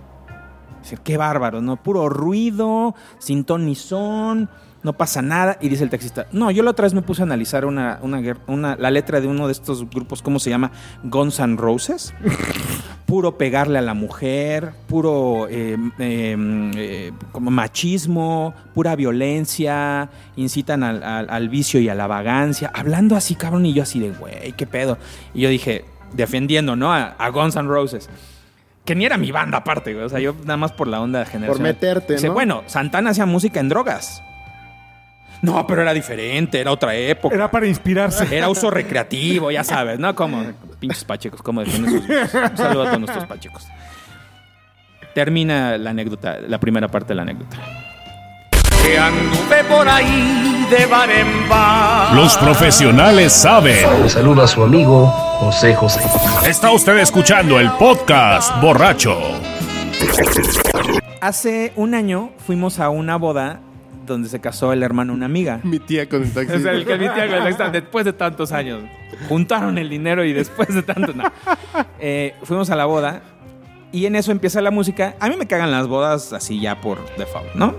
Speaker 8: Dice, qué bárbaro, ¿no? Puro ruido, sin ton ni son, no pasa nada. Y dice el taxista, no, yo la otra vez me puse a analizar una, una, guer- una- la letra de uno de estos grupos, ¿cómo se llama? Guns N' Roses. puro pegarle a la mujer, puro eh, eh, eh, como machismo, pura violencia, incitan al, al- al vicio y a la vagancia, hablando así, cabrón, y yo así de, güey, qué pedo. Y yo dije, defendiendo, ¿no? A, a Guns N' Roses. Que ni era mi banda aparte, güey. O sea, yo nada más por la onda de generación.
Speaker 9: meterte, ¿no?
Speaker 8: bueno, Santana hacía música en drogas. No, pero era diferente, era otra época.
Speaker 6: Era para inspirarse.
Speaker 8: Era uso recreativo, ya sabes, ¿no? Como pinches pachecos, como defienden sus gustos. Un saludo a todos nuestros pachecos. Termina la anécdota, la primera parte de la anécdota.
Speaker 2: Que anduve por ahí de bar en bar.
Speaker 1: Los profesionales saben.
Speaker 11: Le saluda a su amigo José José.
Speaker 1: Está usted escuchando el podcast borracho.
Speaker 8: Hace un año fuimos a una boda donde se casó el hermano de una amiga.
Speaker 7: Mi tía con el taxista.
Speaker 8: O sea, el que mi tía con el extra, después de tantos años. Juntaron el dinero y después de tantos. no. Eh, fuimos a la boda y en eso empieza la música. A mí me cagan las bodas así ya por default, ¿no?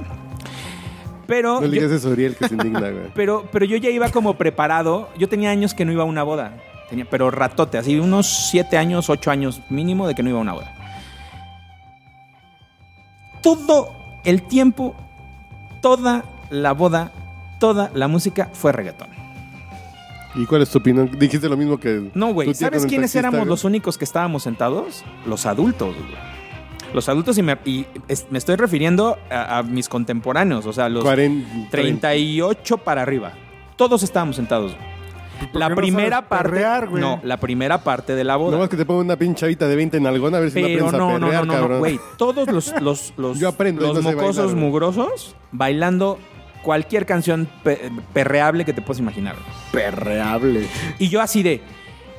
Speaker 8: Pero.
Speaker 7: No le
Speaker 8: yo-
Speaker 7: digas eso, Uriel, que se indigna, güey.
Speaker 8: pero, pero yo ya iba como preparado. Yo tenía años que no iba a una boda. Tenía, pero ratote, así unos 7 años, 8 años mínimo de que no iba a una boda. Todo el tiempo, toda la boda, toda la música fue reggaetón.
Speaker 7: ¿Y cuál es tu opinión? Dijiste lo mismo que.
Speaker 8: No,
Speaker 7: tu
Speaker 8: güey.
Speaker 7: tía
Speaker 8: ¿Sabes
Speaker 7: con el
Speaker 8: quiénes
Speaker 7: taxista,
Speaker 8: éramos
Speaker 7: güey.
Speaker 8: los únicos que estábamos sentados? Los adultos, güey. Los adultos y me, y es- me estoy refiriendo a, a mis contemporáneos, o sea, los
Speaker 7: Cuaren-
Speaker 8: 38 para arriba. Todos estábamos sentados. güey. La
Speaker 6: qué no
Speaker 8: primera
Speaker 6: sabes
Speaker 8: parte.
Speaker 6: perrear, güey?
Speaker 8: no, la primera parte de la boda.
Speaker 7: No más que te ponga una pinche chavita de 20 en algón a ver si
Speaker 8: Pero
Speaker 7: no aprendes
Speaker 8: no,
Speaker 7: a
Speaker 8: no, no,
Speaker 7: perrear,
Speaker 8: no, no,
Speaker 7: cabrón.
Speaker 8: güey. Todos los, los, los,
Speaker 7: Yo aprendo,
Speaker 8: los
Speaker 7: no sé
Speaker 8: mocosos
Speaker 7: bailar, güey.
Speaker 8: mugrosos bailando cualquier canción pe- perreable que te puedas imaginar.
Speaker 9: Perreable.
Speaker 8: Y yo así de...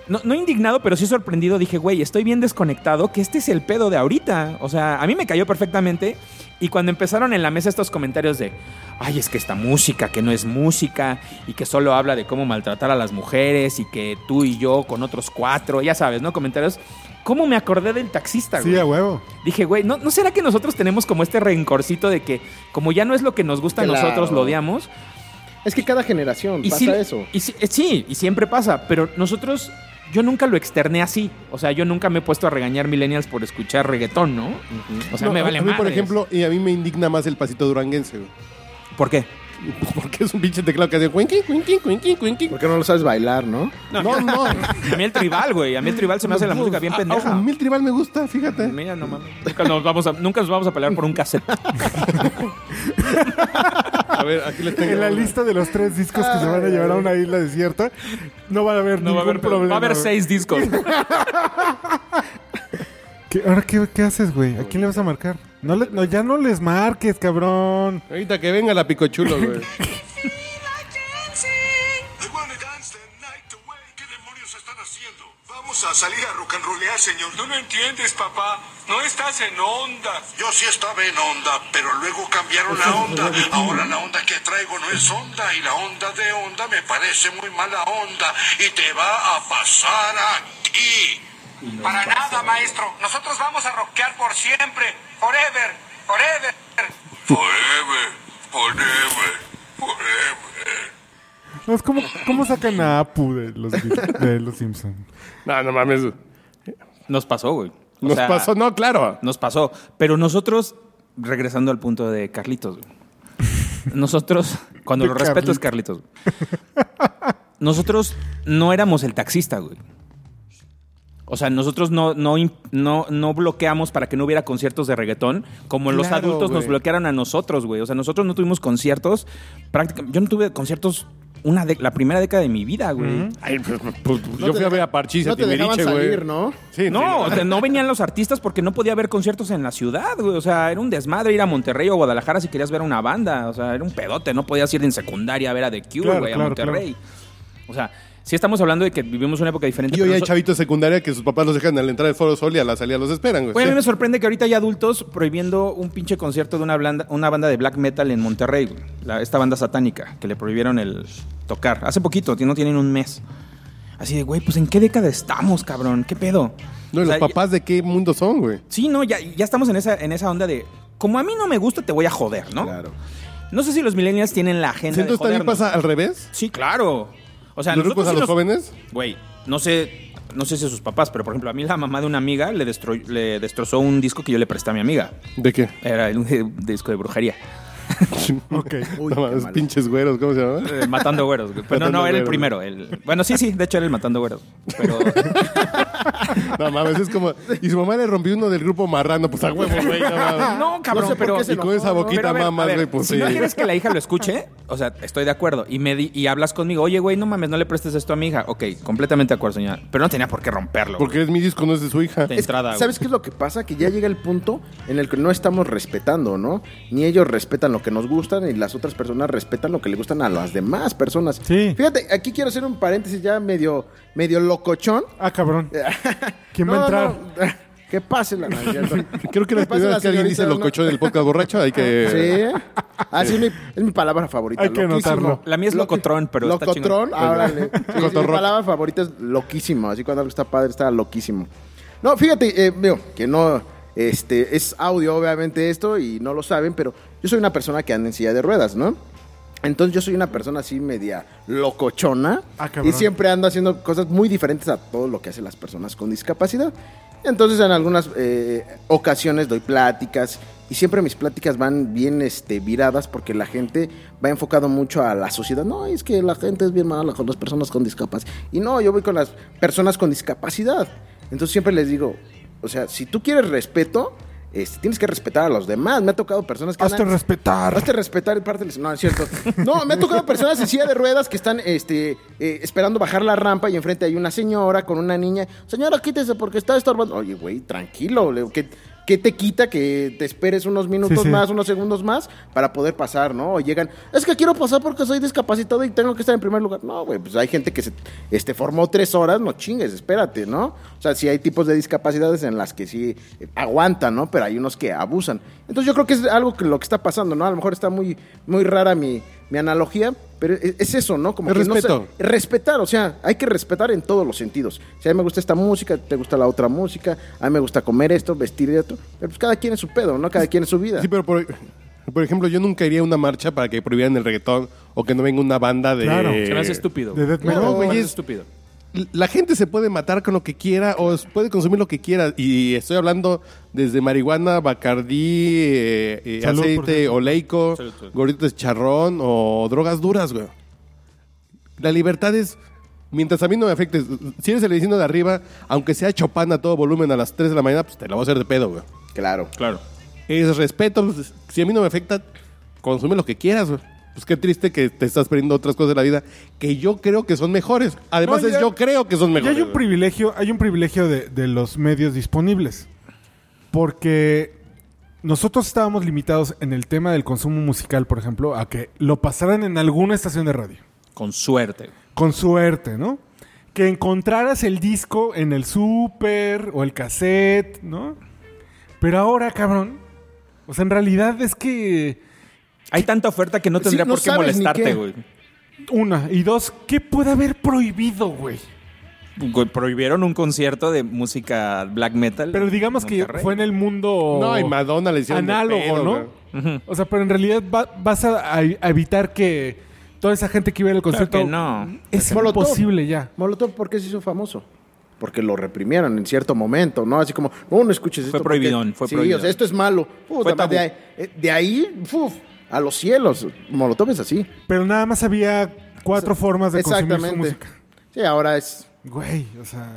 Speaker 8: No, no indignado, pero sí sorprendido, dije, güey, estoy bien desconectado, que este es el pedo de ahorita. O sea, a mí me cayó perfectamente. Y cuando empezaron en la mesa estos comentarios de, ay, es que esta música, que no es música, y que solo habla de cómo maltratar a las mujeres, y que tú y yo con otros cuatro, ya sabes, ¿no? Comentarios. ¿Cómo me acordé del taxista, güey?
Speaker 6: Sí, a huevo.
Speaker 8: Dije, güey, ¿no, ¿no será que nosotros tenemos como este rencorcito de que como ya no es lo que nos gusta,
Speaker 9: Claro.
Speaker 8: nosotros lo odiamos?
Speaker 9: Es que cada generación pasa
Speaker 8: sí-
Speaker 9: eso.
Speaker 8: y sí, eh, sí, y siempre pasa, pero nosotros, yo nunca lo externé así. O sea, yo nunca me he puesto a regañar millennials por escuchar reggaetón, ¿no? O sea,
Speaker 7: No,
Speaker 8: me
Speaker 7: a-
Speaker 8: vale
Speaker 7: A mí, por
Speaker 8: madres.
Speaker 7: ejemplo, y a mí me indigna más el pasito duranguense, güey.
Speaker 8: ¿Por qué?
Speaker 7: Pues porque es un pinche teclado que hace cuinqui, cuinqui, cuinqui, cuinqui.
Speaker 9: Porque no lo sabes bailar, ¿no?
Speaker 7: No, no.
Speaker 8: A mí el tribal, güey. A mí el tribal se me hace la música bien
Speaker 7: A,
Speaker 8: pendeja.
Speaker 7: mil tribal me gusta, fíjate.
Speaker 8: Mira, no mames. Nunca nos vamos a, nunca nos vamos a pelear por un cassette.
Speaker 7: A ver, aquí les tengo.
Speaker 6: En la
Speaker 7: una.
Speaker 6: lista de los tres discos que se van a llevar a una isla desierta, no va a haber
Speaker 8: No va a
Speaker 6: ningún
Speaker 8: haber
Speaker 6: problema.
Speaker 8: Va a haber
Speaker 6: güey.
Speaker 8: seis discos.
Speaker 6: ¿Qué- ahora, qué, qué haces, güey? ¿A quién le vas a marcar? No, le- no, ya no les marques, cabrón.
Speaker 7: Ahorita que venga la picochulo, güey.
Speaker 5: ¿Qué demonios están haciendo? Vamos
Speaker 12: vamos a salir a rock and rollear, señor. No lo entiendes, papá. No estás en onda. Yo sí estaba en onda, pero luego cambiaron la onda. Ahora la onda que traigo no es onda y la onda de onda me parece muy mala onda y te va a pasar aquí.
Speaker 2: Para nada, maestro. Nosotros vamos a rockear por siempre. Forever, forever.
Speaker 12: Forever, forever, forever.
Speaker 6: No, es como, ¿Cómo sacan a Apu de los, de los Simpsons?
Speaker 7: No, no mames.
Speaker 8: Nos pasó, güey. O
Speaker 7: Nos
Speaker 8: sea,
Speaker 7: pasó, no, claro.
Speaker 8: Nos pasó. Pero nosotros, regresando al punto de Carlitos, güey. nosotros, cuando
Speaker 6: De
Speaker 8: lo respeto es Carlitos, güey. nosotros no éramos el taxista, güey. O sea, nosotros no, no, im- no, no bloqueamos para que no hubiera conciertos de reggaetón, como los
Speaker 7: Claro,
Speaker 8: adultos nos
Speaker 7: güey.
Speaker 8: bloquearon a nosotros, güey. O sea, nosotros no tuvimos conciertos. práctica- Yo no tuve conciertos una de- la primera década de mi vida, güey.
Speaker 7: Ay, pues, pues, pues,
Speaker 9: No te
Speaker 7: yo fui a ver
Speaker 9: deja-
Speaker 7: a Parchís y a
Speaker 9: No te dejaban
Speaker 7: Timbiriche, güey.
Speaker 9: salir, ¿no?
Speaker 7: Sí,
Speaker 8: No,
Speaker 7: sí,
Speaker 8: o sea, no venían los artistas porque no podía haber conciertos en la ciudad, güey. O sea, era un desmadre ir a Monterrey o Guadalajara si querías ver a una banda. O sea, era un pedote. No podías ir en secundaria a ver a The Cure,
Speaker 6: Claro,
Speaker 8: güey, a
Speaker 6: claro,
Speaker 8: Monterrey. O sea, sí estamos hablando de que vivimos una época diferente.
Speaker 7: Y hoy
Speaker 8: pero
Speaker 7: hay
Speaker 8: noso-
Speaker 7: chavitos de secundaria que sus papás los dejan a la entrada del Foro Sol y a la salida los esperan, güey.
Speaker 8: Güey, a mí me
Speaker 7: Sí.
Speaker 8: sorprende que ahorita hay adultos prohibiendo un pinche concierto de una, blanda- una banda de black metal en Monterrey, güey. La- esta banda satánica que le prohibieron el tocar. Hace poquito, no tienen un mes. Así de, güey, pues ¿en qué década estamos, cabrón? ¿Qué pedo?
Speaker 7: No, ¿y
Speaker 8: O
Speaker 7: los
Speaker 8: sea,
Speaker 7: papás de qué mundo son, güey.
Speaker 8: Sí, no, ya, ya estamos en esa, en esa onda de como a mí no me gusta, te voy a joder, ¿no?
Speaker 9: Claro.
Speaker 8: No sé si los millennials tienen la agenda.
Speaker 7: Entonces
Speaker 8: de
Speaker 7: también
Speaker 8: jodernos.
Speaker 7: pasa al revés.
Speaker 8: Sí, claro. O sea,
Speaker 7: los grupos
Speaker 8: nosotros
Speaker 7: a
Speaker 8: sí
Speaker 7: los
Speaker 8: nos-
Speaker 7: jóvenes.
Speaker 8: Güey, no sé, no sé si a sus papás, pero por ejemplo, a mí la mamá de una amiga le, destro- le destrozó un disco que yo le presté a mi amiga.
Speaker 7: ¿De qué?
Speaker 8: Era un di- disco de brujería.
Speaker 6: Ok.
Speaker 9: Uy,
Speaker 7: no
Speaker 9: qué
Speaker 7: mames,
Speaker 9: malo.
Speaker 7: pinches güeros, ¿cómo se llama?
Speaker 8: Eh, Matando güeros. güey. Pero no,
Speaker 7: Matando
Speaker 8: no, era el
Speaker 7: güeros.
Speaker 8: primero. el- Bueno, sí, sí, de hecho era el matando güeros. Pero
Speaker 7: No mames, es como. Y su mamá le rompió uno del grupo marrano, pues a huevo, güey. No, mames.
Speaker 8: No, cabrón,
Speaker 9: No sé por
Speaker 8: pero.
Speaker 9: qué se
Speaker 7: Y con esa boquita
Speaker 8: Pero a ver,
Speaker 7: mamas,
Speaker 8: a ver,
Speaker 7: güey, pues
Speaker 8: si
Speaker 7: sí.
Speaker 8: no quieres que la hija lo escuche, o sea, estoy de acuerdo. Y me di- y hablas conmigo, oye, güey, no mames, no le prestes esto a mi hija. Ok, completamente de acuerdo, señora. Pero no tenía por qué romperlo.
Speaker 7: Porque es mi disco, no es de su hija.
Speaker 8: de
Speaker 9: Es que,
Speaker 8: entrada, güey.
Speaker 9: ¿Sabes qué es lo que pasa? Que ya llega el punto en el que no estamos respetando, ¿no? Ni ellos respetan lo que nos gustan y las otras personas respetan lo que le gustan a las demás personas.
Speaker 6: Sí.
Speaker 9: Fíjate, aquí quiero hacer un paréntesis ya medio, medio locochón.
Speaker 6: Ah, cabrón. ¿Quién va a entrar?
Speaker 9: no. Que pase la
Speaker 7: Creo que la
Speaker 9: pasa
Speaker 7: primera
Speaker 9: la
Speaker 7: vez que alguien dice
Speaker 9: señorita,
Speaker 7: lo
Speaker 9: ¿no?
Speaker 7: cochó del podcast borracho, hay que.
Speaker 9: Sí. Así es mi, es mi palabra favorita.
Speaker 6: Hay que
Speaker 9: loquísimo.
Speaker 6: anotarlo.
Speaker 8: La mía es
Speaker 9: Loqui-
Speaker 8: locotrón, pero está
Speaker 9: Locotrón,
Speaker 8: chingón.
Speaker 9: ahora le- sí, sí, mi
Speaker 7: Cotorrock.
Speaker 9: palabra favorita es loquísimo. Así cuando algo está padre, está loquísimo. No, fíjate, eh, veo que no. Este, es audio, obviamente, esto, y no lo saben, pero yo soy una persona que anda en silla de ruedas, ¿no? Entonces yo soy una persona así media locochona
Speaker 6: Ah, cabrón.
Speaker 9: y siempre ando haciendo cosas muy diferentes a todo lo que hacen las personas con discapacidad. Entonces en algunas eh, ocasiones doy pláticas y siempre mis pláticas van bien este, viradas porque la gente va enfocado mucho a la sociedad. No, es que la gente es bien mala con las personas con discapacidad. Y no, yo voy con las personas con discapacidad. Entonces siempre les digo, o sea, si tú quieres respeto, este, tienes que respetar a los demás. Me ha tocado personas que...
Speaker 6: Hazte
Speaker 9: andan-
Speaker 6: respetar.
Speaker 9: Hazte respetar y parte No, es cierto. No, me ha tocado personas en silla de ruedas que están este, eh, esperando bajar la rampa y enfrente hay una señora con una niña. Señora, quítese porque está estorbando. Oye, güey, tranquilo. le- ¿qué, qué te quita que te esperes unos minutos
Speaker 6: Sí, sí.
Speaker 9: más, unos segundos más para poder pasar, no? O llegan, es que quiero pasar porque soy discapacitado y tengo que estar en primer lugar. No, güey, pues hay gente que se este, formó tres horas. No chingues, espérate, ¿no? O sea, sí hay tipos de discapacidades en las que sí eh, aguantan, ¿no? Pero hay unos que abusan. Entonces yo creo que es algo que lo que está pasando, ¿no? A lo mejor está muy, muy rara mi, mi analogía, pero es, es eso, ¿no? Como
Speaker 7: El
Speaker 9: que no se-
Speaker 7: respeto.
Speaker 9: respetar, o sea, hay que respetar en todos los sentidos. Si a mí me gusta esta música, te gusta la otra música, a mí me gusta comer esto, vestir de otro. Pero pues cada quien es su pedo, ¿no? Cada quien es su vida.
Speaker 7: Sí, pero por, por ejemplo, yo nunca iría a una marcha para que prohibieran el reggaetón o que no venga una banda de.
Speaker 6: Claro.
Speaker 8: Se me hace estúpido.
Speaker 6: De death metal.
Speaker 7: No, güey,
Speaker 8: Se me hace
Speaker 7: es-
Speaker 8: estúpido.
Speaker 7: La gente se puede matar con lo que quiera o s- puede consumir lo que quiera. Y estoy hablando desde marihuana, bacardí, eh, eh,
Speaker 6: Salud, por
Speaker 7: aceite
Speaker 6: cierto.
Speaker 7: oleico,
Speaker 8: Salud, salud.
Speaker 7: gorditos de charrón o drogas duras, güey. La libertad es. Mientras a mí no me afectes, si eres el vecino de arriba, aunque sea Chopin a todo volumen a las 3 de la mañana, pues te la voy a hacer de pedo, güey.
Speaker 9: Claro.
Speaker 8: Claro.
Speaker 7: Es respeto. pues, Si a mí no me afecta, consume lo que quieras, güey. Pues qué triste que te estás perdiendo otras cosas de la vida que yo creo que son mejores. Además,
Speaker 6: No,
Speaker 7: es
Speaker 6: ya-
Speaker 7: yo creo que son
Speaker 6: Y
Speaker 7: mejores.
Speaker 6: hay un
Speaker 7: güey.
Speaker 6: privilegio, hay un privilegio de, de los medios disponibles. Porque nosotros estábamos limitados en el tema del consumo musical, por ejemplo, a que lo pasaran en alguna estación de radio.
Speaker 8: Con suerte.
Speaker 6: Con suerte, ¿no? que encontraras el disco en el súper o el cassette, ¿no? Pero ahora, cabrón, o sea, en realidad es que
Speaker 8: Hay tanta oferta que no
Speaker 6: Sí,
Speaker 8: tendría
Speaker 6: no
Speaker 8: por qué
Speaker 6: sabes ni qué.
Speaker 8: molestarte, güey.
Speaker 6: una y dos, ¿qué puede haber prohibido, güey?
Speaker 8: Güey, Prohibieron un concierto de música black metal.
Speaker 6: Pero digamos que fue en el mundo
Speaker 7: No, y Madonna le hicieron de
Speaker 6: análogo,
Speaker 7: pedo,
Speaker 6: ¿no?
Speaker 7: güey.
Speaker 6: O sea, pero en realidad va- vas a, a- a evitar que toda esa gente que iba al concierto
Speaker 8: que no.
Speaker 6: es
Speaker 9: Molotov.
Speaker 6: imposible ya.
Speaker 9: Molotov, ¿por qué se hizo famoso? Porque lo reprimieron en cierto momento, ¿no? Así como, "Oh, no, no escuches esto.
Speaker 8: Fue
Speaker 9: porque-
Speaker 8: prohibidón, fue
Speaker 9: sí,
Speaker 8: prohibidón.
Speaker 9: o sea, esto es malo. Puta madre,
Speaker 8: Fue tabú.
Speaker 9: de ahí, eh, de ahí, uf, a los cielos. Molotov es así.
Speaker 6: Pero nada más había cuatro formas de consumir su
Speaker 9: Exactamente.
Speaker 6: música.
Speaker 9: Sí, ahora es...
Speaker 6: Güey, o sea,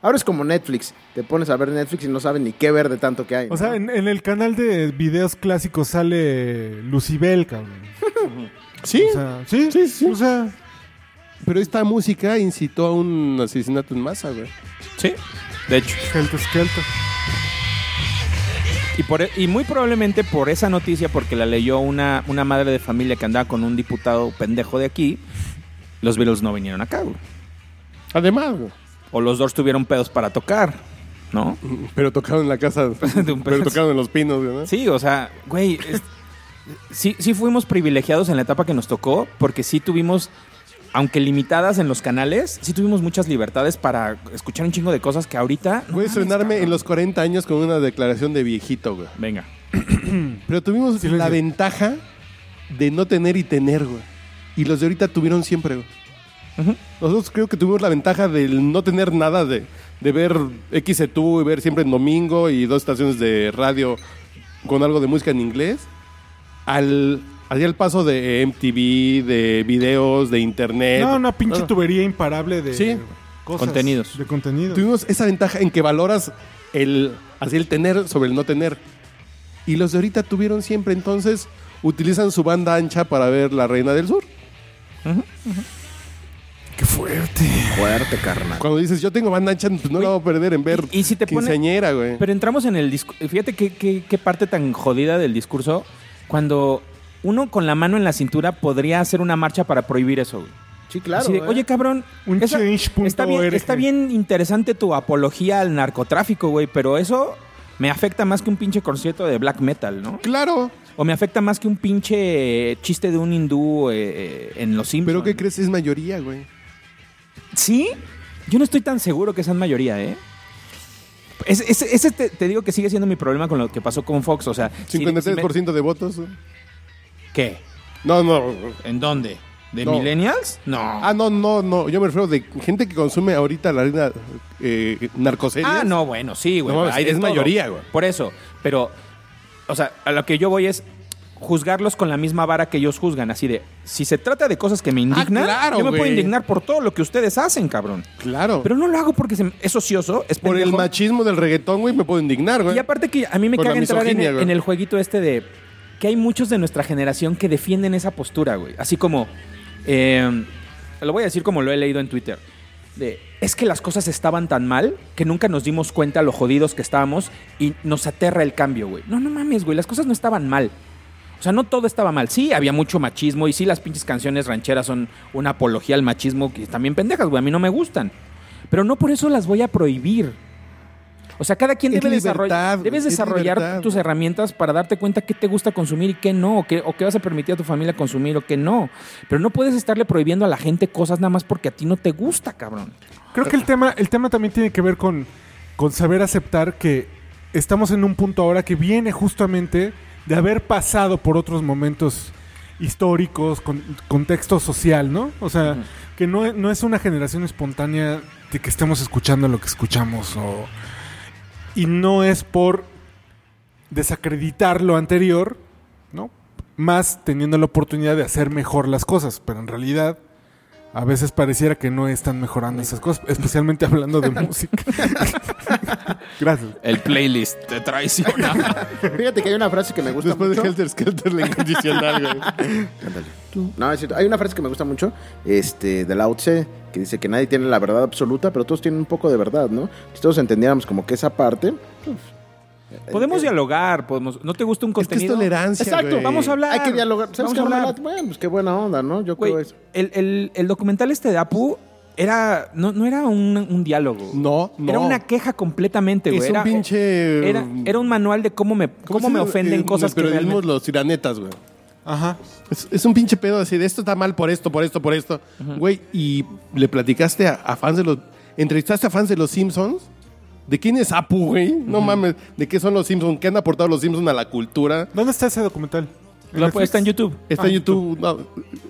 Speaker 9: Ahora es como Netflix. Te pones a ver Netflix y no sabes ni qué ver de tanto que hay.
Speaker 6: o sea, en, en el canal de videos clásicos sale Lucibel, cabrón.
Speaker 7: Sí,
Speaker 6: O sea, sí,
Speaker 7: sí, sí.
Speaker 6: O sea,
Speaker 7: Pero esta música incitó a un asesinato en masa, güey.
Speaker 8: Sí, de hecho.
Speaker 6: Helter Skelter.
Speaker 8: Y, por, e, y muy probablemente por esa noticia, porque la leyó una, una madre de familia que andaba con un diputado pendejo de aquí, los Beatles no vinieron acá, güey.
Speaker 7: Además, güey.
Speaker 8: O los dos tuvieron pedos para tocar, ¿no?
Speaker 7: Pero tocaron en la casa.
Speaker 8: De un
Speaker 7: pero
Speaker 8: pedazo.
Speaker 7: tocaron en los pinos, güey, ¿no?
Speaker 8: Sí, o sea, güey, es- sí, sí fuimos privilegiados en la etapa que nos tocó, porque sí tuvimos, aunque limitadas en los canales, sí tuvimos muchas libertades para escuchar un chingo de cosas que ahorita...
Speaker 7: Voy a
Speaker 8: no mames,
Speaker 7: estrenarme
Speaker 8: cabrón.
Speaker 7: en los 40 años con una declaración de viejito, güey.
Speaker 8: Venga.
Speaker 7: Pero tuvimos
Speaker 6: Silencio.
Speaker 7: la ventaja de no tener y tener, güey. Y los de ahorita tuvieron siempre, güey. Nosotros creo que tuvimos la ventaja del no tener nada de, de ver XETU y ver siempre en domingo y dos estaciones de radio con algo de música en inglés. Al, hacia el paso de MTV, de videos, de internet. Ah.
Speaker 6: No, una pinche tubería imparable de
Speaker 7: Eh, Sí.
Speaker 6: cosas,
Speaker 8: Contenidos.
Speaker 6: De contenidos.
Speaker 7: Tuvimos esa ventaja en que valoras el, así el tener sobre el no tener. Y los de ahorita tuvieron siempre, entonces utilizan su banda ancha para ver La Reina del Sur.
Speaker 6: Qué fuerte.
Speaker 9: Fuerte, carnal.
Speaker 7: Cuando dices, yo tengo banda ancha, pues no la voy a perder en ver
Speaker 8: y- y si te pone-
Speaker 7: quinceañera, güey.
Speaker 8: Pero entramos en el discurso. Fíjate qué, qué- qué parte tan jodida del discurso. Cuando uno con la mano en la cintura podría hacer una marcha para prohibir eso, güey.
Speaker 9: Sí, claro.
Speaker 8: Así de,
Speaker 9: ¿eh?
Speaker 8: Oye, cabrón.
Speaker 6: Un
Speaker 8: esa-
Speaker 6: change.org.
Speaker 8: está, bien, está bien interesante tu apología al narcotráfico, güey, pero eso me afecta más que un pinche concierto de black metal, ¿no?
Speaker 7: Claro,
Speaker 8: O me afecta más que un pinche chiste de un hindú eh, eh, en los Simpsons.
Speaker 7: pero ¿qué crees? Es mayoría, güey.
Speaker 8: ¿Sí? Yo no estoy tan seguro que sean mayoría, ¿eh? Ese, ese- ese te, te digo que sigue siendo mi problema con lo que pasó con Fox. O sea, si- si me-
Speaker 7: 53% de votos. güey.
Speaker 8: ¿Qué?
Speaker 7: No, no.
Speaker 8: ¿En dónde? ¿De
Speaker 7: No.
Speaker 8: Millennials? No.
Speaker 7: Ah, no, no, no. Yo me refiero de gente que consume ahorita la reina eh, narcoseries.
Speaker 8: Ah, no, bueno, sí, güey.
Speaker 7: No mames,
Speaker 8: hay de
Speaker 7: es
Speaker 8: todo.
Speaker 7: mayoría, güey.
Speaker 8: Por eso. Pero, o sea, a lo que yo voy es juzgarlos con la misma vara que ellos juzgan. Así de, si se trata de cosas que me indignan,
Speaker 7: Ah, claro,
Speaker 8: yo me puedo
Speaker 7: güey.
Speaker 8: indignar por todo lo que ustedes hacen, cabrón.
Speaker 7: Claro.
Speaker 8: Pero no lo hago porque se me- es ocioso, es
Speaker 7: Por el
Speaker 8: pendejo.
Speaker 7: machismo del reggaetón, güey, me puedo indignar, güey.
Speaker 8: Y aparte que a mí me
Speaker 7: Por la
Speaker 8: caga entrar en,
Speaker 7: misoginia,
Speaker 8: el-
Speaker 7: güey.
Speaker 8: en el jueguito este de que hay muchos de nuestra generación que defienden esa postura, güey. Así como, eh, lo voy a decir como lo he leído en Twitter. De, es que las cosas estaban tan mal que nunca nos dimos cuenta lo jodidos que estábamos y nos aterra el cambio, güey. No, no mames, güey, las cosas no estaban mal. O sea, no todo estaba mal. Sí, había mucho machismo y sí, las pinches canciones rancheras son una apología al machismo que también pendejas, güey. A mí no me gustan. Pero no por eso las voy a prohibir. O sea, cada quien
Speaker 7: Es
Speaker 8: debe
Speaker 7: libertad,
Speaker 8: desarrollar,
Speaker 7: güey,
Speaker 8: debes
Speaker 7: es
Speaker 8: desarrollar
Speaker 7: libertad.
Speaker 8: tus herramientas para darte cuenta qué te gusta consumir y qué no, o qué, o qué vas a permitir a tu familia consumir o qué no. Pero no puedes estarle prohibiendo a la gente cosas nada más porque a ti no te gusta, cabrón.
Speaker 6: Creo que el tema, el tema también tiene que ver con, con saber aceptar que estamos en un punto ahora que viene justamente de haber pasado por otros momentos históricos, con, contexto social, ¿no? O sea, que no, e- no es una generación espontánea de que estemos escuchando lo que escuchamos o- y no es por desacreditar lo anterior, ¿no? Más teniendo la oportunidad de hacer mejor las cosas, pero en realidad a veces pareciera que no están mejorando esas cosas, especialmente hablando de música. Gracias.
Speaker 8: El playlist te traiciona.
Speaker 9: Fíjate que hay una frase que me gusta
Speaker 7: Después
Speaker 9: mucho.
Speaker 7: de Helter Skelter, la incondicional, güey.
Speaker 9: No, es cierto. Hay una frase que me gusta mucho, este, de Lao Tse, que dice que nadie tiene la verdad absoluta, pero todos tienen un poco de verdad, ¿no? Si todos entendiéramos como que esa parte,
Speaker 8: podemos dialogar, podemos. ¿No te gusta un
Speaker 7: Es que es
Speaker 8: contenido?
Speaker 7: tolerancia,
Speaker 8: Exacto,
Speaker 7: güey.
Speaker 8: vamos a hablar.
Speaker 9: hay que dialogar. ¿Sabes
Speaker 8: Vamos
Speaker 9: qué?
Speaker 8: a hablar.
Speaker 9: Bueno, pues qué buena onda, ¿no? Yo
Speaker 8: Güey,
Speaker 9: creo eso.
Speaker 8: el, el- el documental este de Apu Era, no, no era un, un diálogo.
Speaker 7: No, no.
Speaker 8: Era una queja completamente,
Speaker 7: Es
Speaker 8: güey.
Speaker 7: un
Speaker 8: Era,
Speaker 7: pinche-
Speaker 8: Era, era un manual de cómo me, cómo me
Speaker 7: Eh,
Speaker 8: ofenden cosas que
Speaker 7: Pero
Speaker 8: realmente...
Speaker 7: los tiranetas, güey.
Speaker 6: Ajá.
Speaker 7: Es, es un pinche pedo así de esto está mal por esto, por esto, por esto. Güey, y le platicaste a, a fans de los. Entrevistaste a fans de los Simpsons. ¿De quién es Apu, güey? No mames. ¿De qué son los Simpsons? ¿Qué han aportado los Simpsons a la cultura?
Speaker 6: ¿Dónde está ese documental? ¿En
Speaker 8: Lo-
Speaker 6: Netflix?
Speaker 8: pues, está en YouTube.
Speaker 7: Está
Speaker 6: Ah,
Speaker 7: en YouTube. No,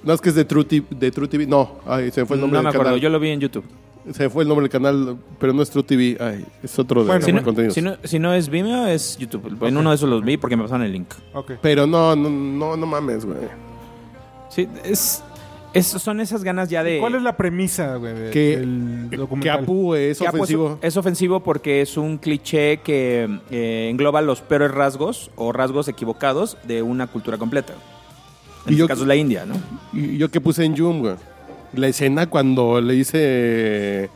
Speaker 7: no, es que es de True, Ti- de True TV. No, ay, se me fue el
Speaker 8: No
Speaker 7: nombre
Speaker 8: me
Speaker 7: del
Speaker 8: acuerdo,
Speaker 7: canal.
Speaker 8: yo lo vi en YouTube.
Speaker 7: Se me fue el nombre del canal, pero no es True TV. Ay, es otro de
Speaker 6: Bueno,
Speaker 7: los
Speaker 8: Si no,
Speaker 7: contenidos.
Speaker 8: si no- si no es Vimeo, es YouTube. En uno de esos los vi porque me pasaron el link.
Speaker 6: Ok.
Speaker 7: Pero no, no, no, no mames, güey.
Speaker 8: Sí, es, es- son esas ganas ya de...
Speaker 6: ¿Cuál es la premisa, güey, de-
Speaker 7: Que,
Speaker 6: del
Speaker 7: que
Speaker 6: documental?
Speaker 7: Apu es
Speaker 8: que, ah, pues,
Speaker 7: ofensivo.
Speaker 8: es ofensivo porque es un cliché que eh, engloba los peores rasgos o rasgos equivocados de una cultura completa. En
Speaker 7: Y
Speaker 8: este
Speaker 7: yo-
Speaker 8: caso es la India, ¿no?
Speaker 7: Y yo que puse en Zoom, güey. La escena cuando le dice.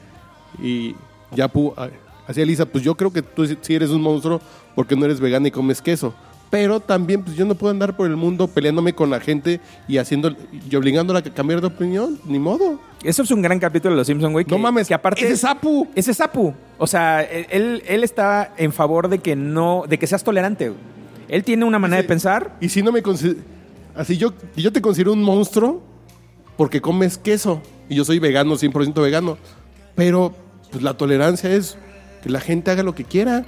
Speaker 7: Y Yapu. Hacía Lisa, pues yo creo que tú sí eres un monstruo porque no eres vegana y comes queso. Pero también, pues yo no puedo andar por el mundo peleándome con la gente y haciendo y obligándola a cambiar de opinión, ni modo.
Speaker 8: Eso es un gran capítulo de Los Simpsons, güey. que-
Speaker 7: no mames,
Speaker 8: Que aparte...
Speaker 7: ese es Apu.
Speaker 8: Ese es Apu. O sea, él, él está en favor de que no... De que seas tolerante. güey. Él tiene una manera
Speaker 7: Sí.
Speaker 8: de pensar.
Speaker 7: Y si no me consi- Así yo, yo te considero un monstruo porque comes queso. Y yo soy vegano, 100% vegano. Pero pues, la tolerancia es que la gente haga lo que quiera.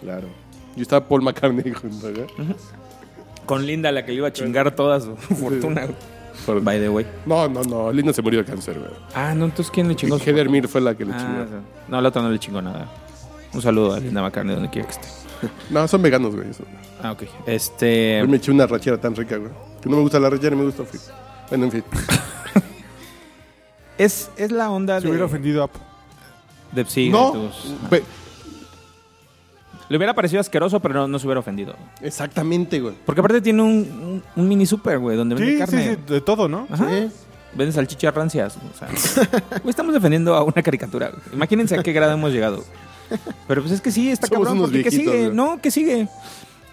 Speaker 7: Claro. Yo estaba Paul McCartney junto, ¿eh?
Speaker 8: Con Linda, la que le iba a chingar toda su fortuna. güey.
Speaker 7: Por-
Speaker 8: By the way.
Speaker 7: No, no, no. Linda se murió de cáncer, güey.
Speaker 8: Ah, no, entonces ¿quién le chingó? su-
Speaker 7: Heather Mir fue la que le
Speaker 8: Ah,
Speaker 7: chingó.
Speaker 8: no, la otra no le chingó nada. Un saludo a Linda McCartney, donde quiera que esté.
Speaker 7: No, son veganos, güey. eso.
Speaker 8: Ah, ok. Este...
Speaker 7: Yo me eché una rachera tan rica, güey. Que no me gusta la rachera, me gusta. fui. Bueno, en fin.
Speaker 8: Es, es la onda
Speaker 6: Se
Speaker 8: de...
Speaker 6: hubiera ofendido a Apu.
Speaker 8: de- sí, de
Speaker 7: no.
Speaker 8: tus-
Speaker 7: ve-
Speaker 8: Le hubiera parecido asqueroso, pero no, no se hubiera ofendido.
Speaker 7: Exactamente, güey.
Speaker 8: Porque aparte tiene un, un- un mini super, güey, donde vende
Speaker 6: Sí, sí,
Speaker 8: carne. Ah,
Speaker 6: sí, de todo, ¿no?
Speaker 8: Ajá.
Speaker 7: Sí.
Speaker 8: Vende salchichas rancias. O sea, güey, estamos defendiendo a una caricatura. güey. Imagínense a qué grado hemos llegado. Pero pues es que sí, está
Speaker 7: Somos
Speaker 8: cabrón.
Speaker 7: unos
Speaker 8: Porque ¿qué
Speaker 7: viejitos,
Speaker 8: sigue?
Speaker 7: güey.
Speaker 8: No, ¿qué sigue?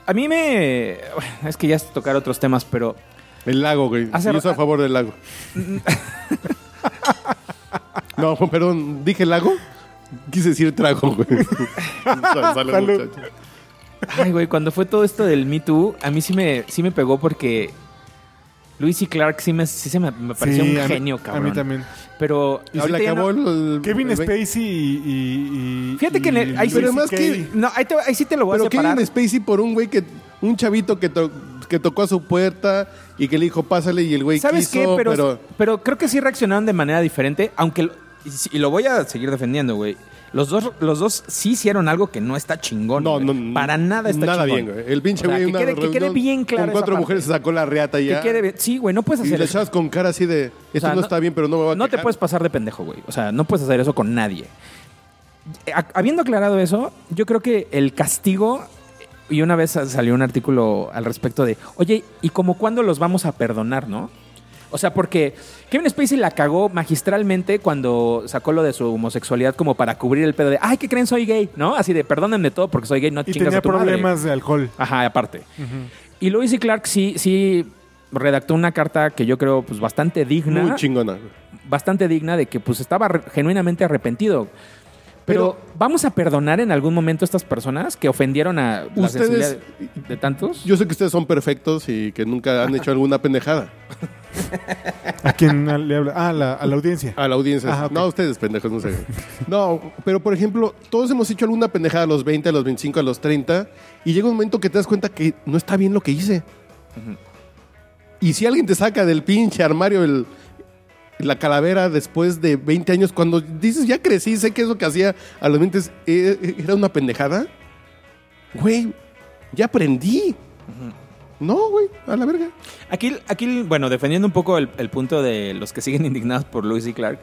Speaker 8: A mí me... bueno, es que ya es tocar otros temas, pero...
Speaker 7: El lago, güey.
Speaker 8: Hace
Speaker 7: Yo soy a
Speaker 8: ra-
Speaker 7: favor del lago. no, perdón, dije lago. Quise decir trago, güey. Sal- Salud, muchachos.
Speaker 8: Ay, güey, cuando fue todo esto del Me Too, a mí sí me, sí me pegó porque... Luis y Clark sí, me, sí se me, me pareció un
Speaker 6: a mí-
Speaker 8: genio, cabrón.
Speaker 6: A mí también.
Speaker 8: Pero
Speaker 7: Y se
Speaker 8: ahorita
Speaker 7: le
Speaker 8: ya
Speaker 7: acabó
Speaker 8: no-
Speaker 7: el, el-
Speaker 6: Kevin
Speaker 7: el-
Speaker 6: Spacey y, y- y-
Speaker 8: Fíjate que en el-
Speaker 6: y
Speaker 8: ahí sí-
Speaker 6: Louis
Speaker 7: Pero más
Speaker 6: CK.
Speaker 7: que-
Speaker 8: No, ahí, te- ahí sí te lo voy a
Speaker 7: Pero
Speaker 8: separar.
Speaker 7: Kevin Spacey por un güey que... Un chavito que, to- que tocó a su puerta y que le dijo, pásale, y el güey
Speaker 8: ¿Sabes
Speaker 7: quiso,
Speaker 8: qué? Pero,
Speaker 7: pero...
Speaker 8: pero... creo que sí reaccionaron de manera diferente, aunque... lo- y sí- Y lo voy a seguir defendiendo, güey. Los dos, los dos sí hicieron algo que no está chingón.
Speaker 7: No,
Speaker 8: güey.
Speaker 7: no, no.
Speaker 8: Para nada está
Speaker 7: Nada
Speaker 8: chingón.
Speaker 7: bien, güey. El pinche
Speaker 8: O sea,
Speaker 7: güey en
Speaker 8: que
Speaker 7: una
Speaker 8: quede, que quede
Speaker 7: reunión
Speaker 8: bien claro
Speaker 7: Con
Speaker 8: esa
Speaker 7: cuatro
Speaker 8: parte.
Speaker 7: mujeres se sacó la reata
Speaker 8: Que
Speaker 7: ya.
Speaker 8: quede bien- Sí, güey, no puedes
Speaker 7: y
Speaker 8: hacer
Speaker 7: le
Speaker 8: eso.
Speaker 7: echabas con cara así de... Esto
Speaker 8: O sea,
Speaker 7: no, está bien, pero no me va a
Speaker 8: No te
Speaker 7: quejar".
Speaker 8: puedes pasar de pendejo, güey. O sea, no puedes hacer eso con nadie. A- Habiendo aclarado eso, yo creo que el castigo... Y una vez salió un artículo al respecto de, oye, ¿y como cuándo los vamos a perdonar, no? O sea, porque Kevin Spacey la cagó magistralmente cuando sacó lo de su homosexualidad como para cubrir el pedo de, ay, ¿qué creen? Soy gay, ¿no? Así de, perdónenme todo porque soy gay, no
Speaker 6: Y
Speaker 8: chingas a
Speaker 6: tenía
Speaker 8: tu madre".
Speaker 6: problemas de alcohol.
Speaker 8: Ajá, aparte. Y Lois y Clark sí, sí redactó una carta que yo creo pues bastante digna
Speaker 7: Muy chingona. güey.
Speaker 8: bastante digna de que pues estaba re- genuinamente arrepentido. Pero, ¿vamos a perdonar en algún momento a estas personas que ofendieron a la
Speaker 7: Ustedes-
Speaker 8: sensibilidad de, de tantos?
Speaker 7: Yo sé que ustedes son perfectos y que nunca han hecho alguna pendejada
Speaker 6: ¿A quién le habla? Ah, la- a la audiencia.
Speaker 7: a la audiencia.
Speaker 6: Ajá, ok.
Speaker 7: No, ustedes pendejos, no sé. No, pero por ejemplo, todos hemos hecho alguna pendejada a los 20, a los 25, a los 30 y llega un momento que te das cuenta que no está bien lo que hice. Y si alguien te saca del pinche armario el, la calavera después de 20 años, cuando dices, ya crecí, sé que eso que hacía a los 20 eh, era una pendejada, güey, ya aprendí. No, güey, a la verga.
Speaker 8: Aquí, aquí bueno, defendiendo un poco el, el punto de los que siguen indignados por Lois y Clark,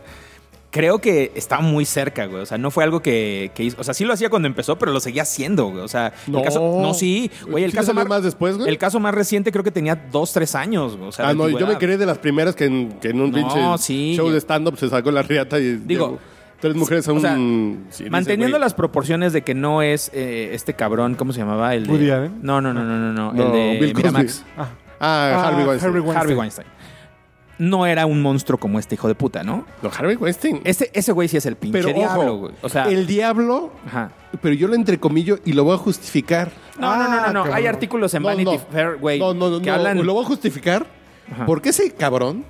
Speaker 8: creo que está muy cerca, güey. O sea, no fue algo que, que hizo. O sea, sí lo hacía cuando empezó, pero lo seguía haciendo, güey. O sea,
Speaker 7: No.
Speaker 8: el caso. No, sí. Güey, el
Speaker 7: ¿Sí le
Speaker 8: caso
Speaker 7: salió más después, güey?
Speaker 8: El caso más reciente creo que tenía dos, tres años, güey. O sea,
Speaker 7: Ah,
Speaker 8: de
Speaker 7: no, yo me
Speaker 8: antigüedad.
Speaker 7: quedé de las primeras que en, que en un
Speaker 8: No,
Speaker 7: pinche
Speaker 8: sí,
Speaker 7: show
Speaker 8: yo-
Speaker 7: de stand-up se sacó la riata y.
Speaker 8: Digo,
Speaker 7: llevó tres mujeres a
Speaker 8: o
Speaker 7: un.
Speaker 8: sea,
Speaker 7: sí, dice,
Speaker 8: Manteniendo
Speaker 7: güey,
Speaker 8: las proporciones de que no es eh, este cabrón, ¿cómo se llamaba? El de-
Speaker 6: Woody Allen.
Speaker 8: No, no, no, no, no, no.
Speaker 7: No,
Speaker 8: el de
Speaker 7: Bill Cosby.
Speaker 8: Miramax.
Speaker 6: Ah,
Speaker 7: Ah,
Speaker 6: Ah,
Speaker 7: Harvey Weinstein.
Speaker 6: Harvey Weinstein.
Speaker 8: Harvey Weinstein. no era un monstruo como este hijo de puta, ¿no?
Speaker 7: No, Harvey Weinstein.
Speaker 8: Ese, ese güey sí es el pinche
Speaker 7: Pero ojo,
Speaker 8: diablo, güey. O sea,
Speaker 7: el diablo,
Speaker 8: ajá.
Speaker 7: pero yo lo entrecomillo y lo voy a justificar.
Speaker 8: No, no, no, no, no.
Speaker 7: cabrón.
Speaker 8: Hay artículos en
Speaker 7: No,
Speaker 8: Vanity
Speaker 7: no.
Speaker 8: Fair, güey,
Speaker 7: No, no, no,
Speaker 8: que
Speaker 7: no.
Speaker 8: hablan...
Speaker 7: Lo voy a justificar
Speaker 8: Ajá.
Speaker 7: porque ese cabrón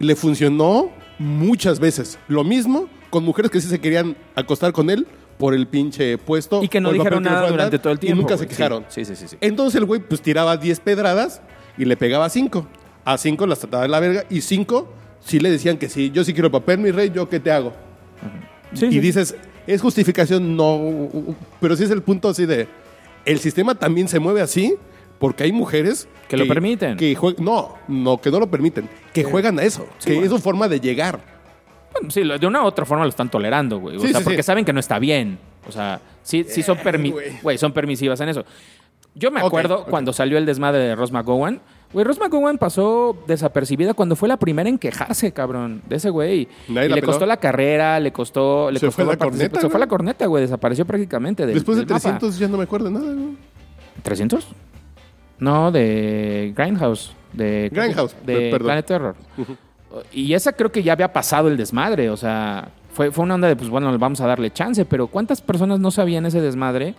Speaker 7: le funcionó muchas veces. Lo mismo con mujeres que sí se querían acostar con él por el pinche puesto.
Speaker 8: Y que no
Speaker 7: o el
Speaker 8: dijeron
Speaker 7: papel le
Speaker 8: nada
Speaker 7: fueron a dar,
Speaker 8: durante todo el tiempo,
Speaker 7: Y nunca
Speaker 8: güey.
Speaker 7: se quejaron.
Speaker 8: Sí, sí, sí, sí.
Speaker 7: Entonces el güey pues tiraba 10 pedradas y le pegaba 5. A 5 las trataba de la verga y 5 sí le decían que sí. Yo sí quiero el papel, mi rey, ¿yo qué te hago?
Speaker 8: Sí,
Speaker 7: y
Speaker 8: sí.
Speaker 7: dices, es justificación, no. Pero sí es el punto así de. El sistema también se mueve así porque hay mujeres.
Speaker 8: Que lo permiten.
Speaker 7: Que jue- no, no, que no lo permiten. Que juegan a eso.
Speaker 8: Sí,
Speaker 7: que
Speaker 8: bueno.
Speaker 7: es su forma de llegar.
Speaker 8: Bueno, sí, lo- de una u otra forma lo están tolerando, güey. O
Speaker 7: Sí,
Speaker 8: sea,
Speaker 7: sí,
Speaker 8: porque
Speaker 7: sí. Eh,
Speaker 8: saben que no está bien. O sea, sí, sí son, permi-
Speaker 7: güey.
Speaker 8: güey, son permisivas en eso. Yo me
Speaker 7: Ok,
Speaker 8: acuerdo
Speaker 7: ok.
Speaker 8: cuando salió el desmadre de Ross McGowan. Güey, Ross McGowan pasó desapercibida cuando fue la primera en quejarse, cabrón, de ese güey. Y
Speaker 7: Nadie la
Speaker 8: le
Speaker 7: peló.
Speaker 8: costó la carrera, le costó... Le
Speaker 7: Se
Speaker 8: costó
Speaker 7: fue la
Speaker 8: participa-
Speaker 7: corneta,
Speaker 8: Se fue
Speaker 7: güey.
Speaker 8: la corneta, güey. Desapareció prácticamente del
Speaker 7: Después de
Speaker 8: del mapa.
Speaker 7: 300 ya no me acuerdo de nada. güey.
Speaker 8: ¿300? No, de Grindhouse. De,
Speaker 7: Grindhouse,
Speaker 8: De
Speaker 7: per- perdón.
Speaker 8: Planet Terror. Y esa creo que ya había pasado el desmadre. O sea, fue, fue una onda de, pues bueno, vamos a darle chance. Pero ¿cuántas personas no sabían ese desmadre?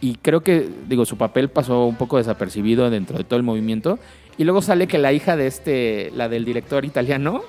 Speaker 8: Y creo que, digo, su papel pasó un poco desapercibido dentro de todo el movimiento. Y luego sale que la hija de este, la del director italiano,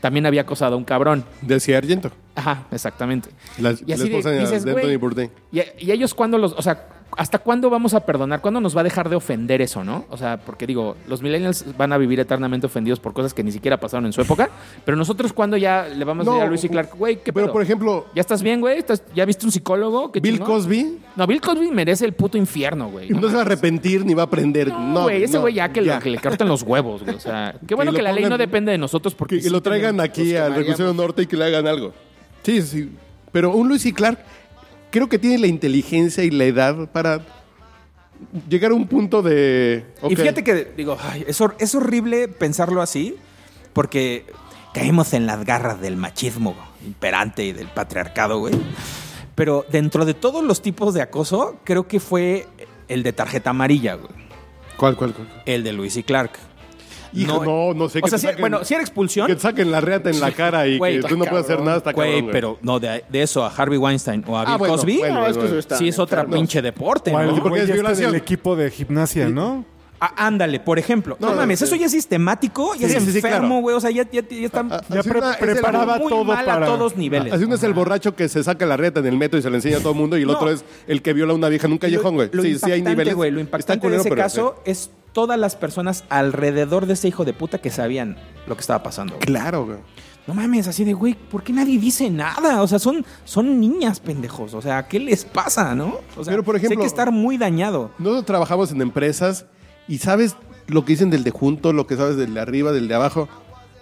Speaker 8: también había acosado a un cabrón.
Speaker 7: Decía Argento.
Speaker 8: Ajá, exactamente.
Speaker 7: La,
Speaker 8: Y
Speaker 7: la
Speaker 8: así de-
Speaker 7: esposa de,
Speaker 8: dices,
Speaker 7: de
Speaker 8: güey,
Speaker 7: Anthony Bourdain.
Speaker 8: ¿Y, y ellos cuándo los.? O sea, ¿hasta cuándo vamos a perdonar? ¿Cuándo nos va a dejar de ofender eso, no? O sea, porque digo, los millennials van a vivir eternamente ofendidos por cosas que ni siquiera pasaron en su época. Pero nosotros, ¿cuándo ya le vamos a decir a Luis y Clark, güey, qué
Speaker 7: Pero
Speaker 8: pedo?
Speaker 7: por ejemplo,
Speaker 8: ¿Ya estás bien, güey? ¿Estás- ¿Ya viste un psicólogo? ¿Qué
Speaker 7: Bill
Speaker 8: chingón?
Speaker 7: Cosby
Speaker 8: No, Bill Cosby merece el puto infierno, güey.
Speaker 7: no se va a arrepentir ni va a aprender.
Speaker 8: No,
Speaker 7: No,
Speaker 8: güey, ese
Speaker 7: no,
Speaker 8: güey ya que, lo- que le corten los huevos, güey. O sea, qué bueno que,
Speaker 7: lo
Speaker 8: la ley no
Speaker 7: pongan-
Speaker 8: depende de nosotros porque.
Speaker 7: Que, que lo
Speaker 8: sí tenemos-
Speaker 7: traigan aquí al
Speaker 9: quemaríamos.
Speaker 7: recurso norte y que le hagan algo. Sí, sí. Pero un Luis y Clark creo que tiene la inteligencia y la edad para llegar a un punto de.
Speaker 13: Y fíjate que, digo, ay, es, hor- es horrible pensarlo así, porque caemos en las garras del machismo imperante y del patriarcado, güey. Pero dentro de todos los tipos de acoso, creo que fue el de tarjeta amarilla, güey.
Speaker 7: ¿Cuál, cuál, cuál?
Speaker 13: El de Luis y Clark.
Speaker 7: Hijo, no, no sé,
Speaker 13: O
Speaker 7: que
Speaker 13: sea, sí-
Speaker 7: te saquen-
Speaker 13: bueno, si era expulsión.
Speaker 7: Que te saquen la reata en la cara y
Speaker 13: Güey,
Speaker 7: que tú no puedes hacer nada hasta
Speaker 13: Güey,
Speaker 7: cabrón, güey.
Speaker 13: pero no, de, de eso a Harvey Weinstein o a Bill
Speaker 7: Ah, bueno,
Speaker 13: Cosby,
Speaker 7: bueno, bueno,
Speaker 9: es que eso
Speaker 7: bueno.
Speaker 9: está
Speaker 13: sí es otra
Speaker 9: enfermo.
Speaker 13: pinche deporte,
Speaker 7: Bueno,
Speaker 13: ¿no?
Speaker 7: sí, porque
Speaker 6: Güey,
Speaker 7: es
Speaker 6: ya está
Speaker 7: violación.
Speaker 6: en el equipo de gimnasia, ¿no?
Speaker 13: Ah, ándale, por ejemplo. No,
Speaker 7: No, no,
Speaker 13: mames,
Speaker 7: sí.
Speaker 13: eso ya es sistemático, ya
Speaker 7: Sí,
Speaker 13: es
Speaker 7: sí, sí, claro.
Speaker 13: enfermo, güey. O sea, ya, ya, ya están
Speaker 7: Ah, ah,
Speaker 6: Ya
Speaker 7: Así
Speaker 6: pre-
Speaker 7: una- es el-
Speaker 6: preparaba
Speaker 13: muy
Speaker 6: todo
Speaker 13: mal
Speaker 6: para.
Speaker 13: a todos niveles.
Speaker 7: Así uno es el borracho que se saca la reta en el metro y se la enseña a todo el mundo y el
Speaker 13: No.
Speaker 7: otro es el que viola a una vieja en un callejón, güey.
Speaker 13: Lo
Speaker 7: Sí, sí hay
Speaker 13: impactante,
Speaker 7: niveles.
Speaker 13: güey, lo
Speaker 7: Está
Speaker 13: impactante
Speaker 7: culero,
Speaker 13: de ese
Speaker 7: pero-
Speaker 13: caso es todas las personas alrededor de ese hijo de puta que sabían lo que estaba pasando. güey.
Speaker 7: Claro, güey.
Speaker 13: No mames, así de, güey, ¿por qué nadie dice nada? O sea, son, son niñas pendejos. O sea, ¿qué les pasa, no? O sea,
Speaker 7: Pero, por
Speaker 13: sí hay
Speaker 7: ejemplo-
Speaker 13: que estar muy dañado.
Speaker 7: Nosotros trabajamos en empresas y sabes lo que dicen del de junto, lo que sabes del de arriba, del de abajo.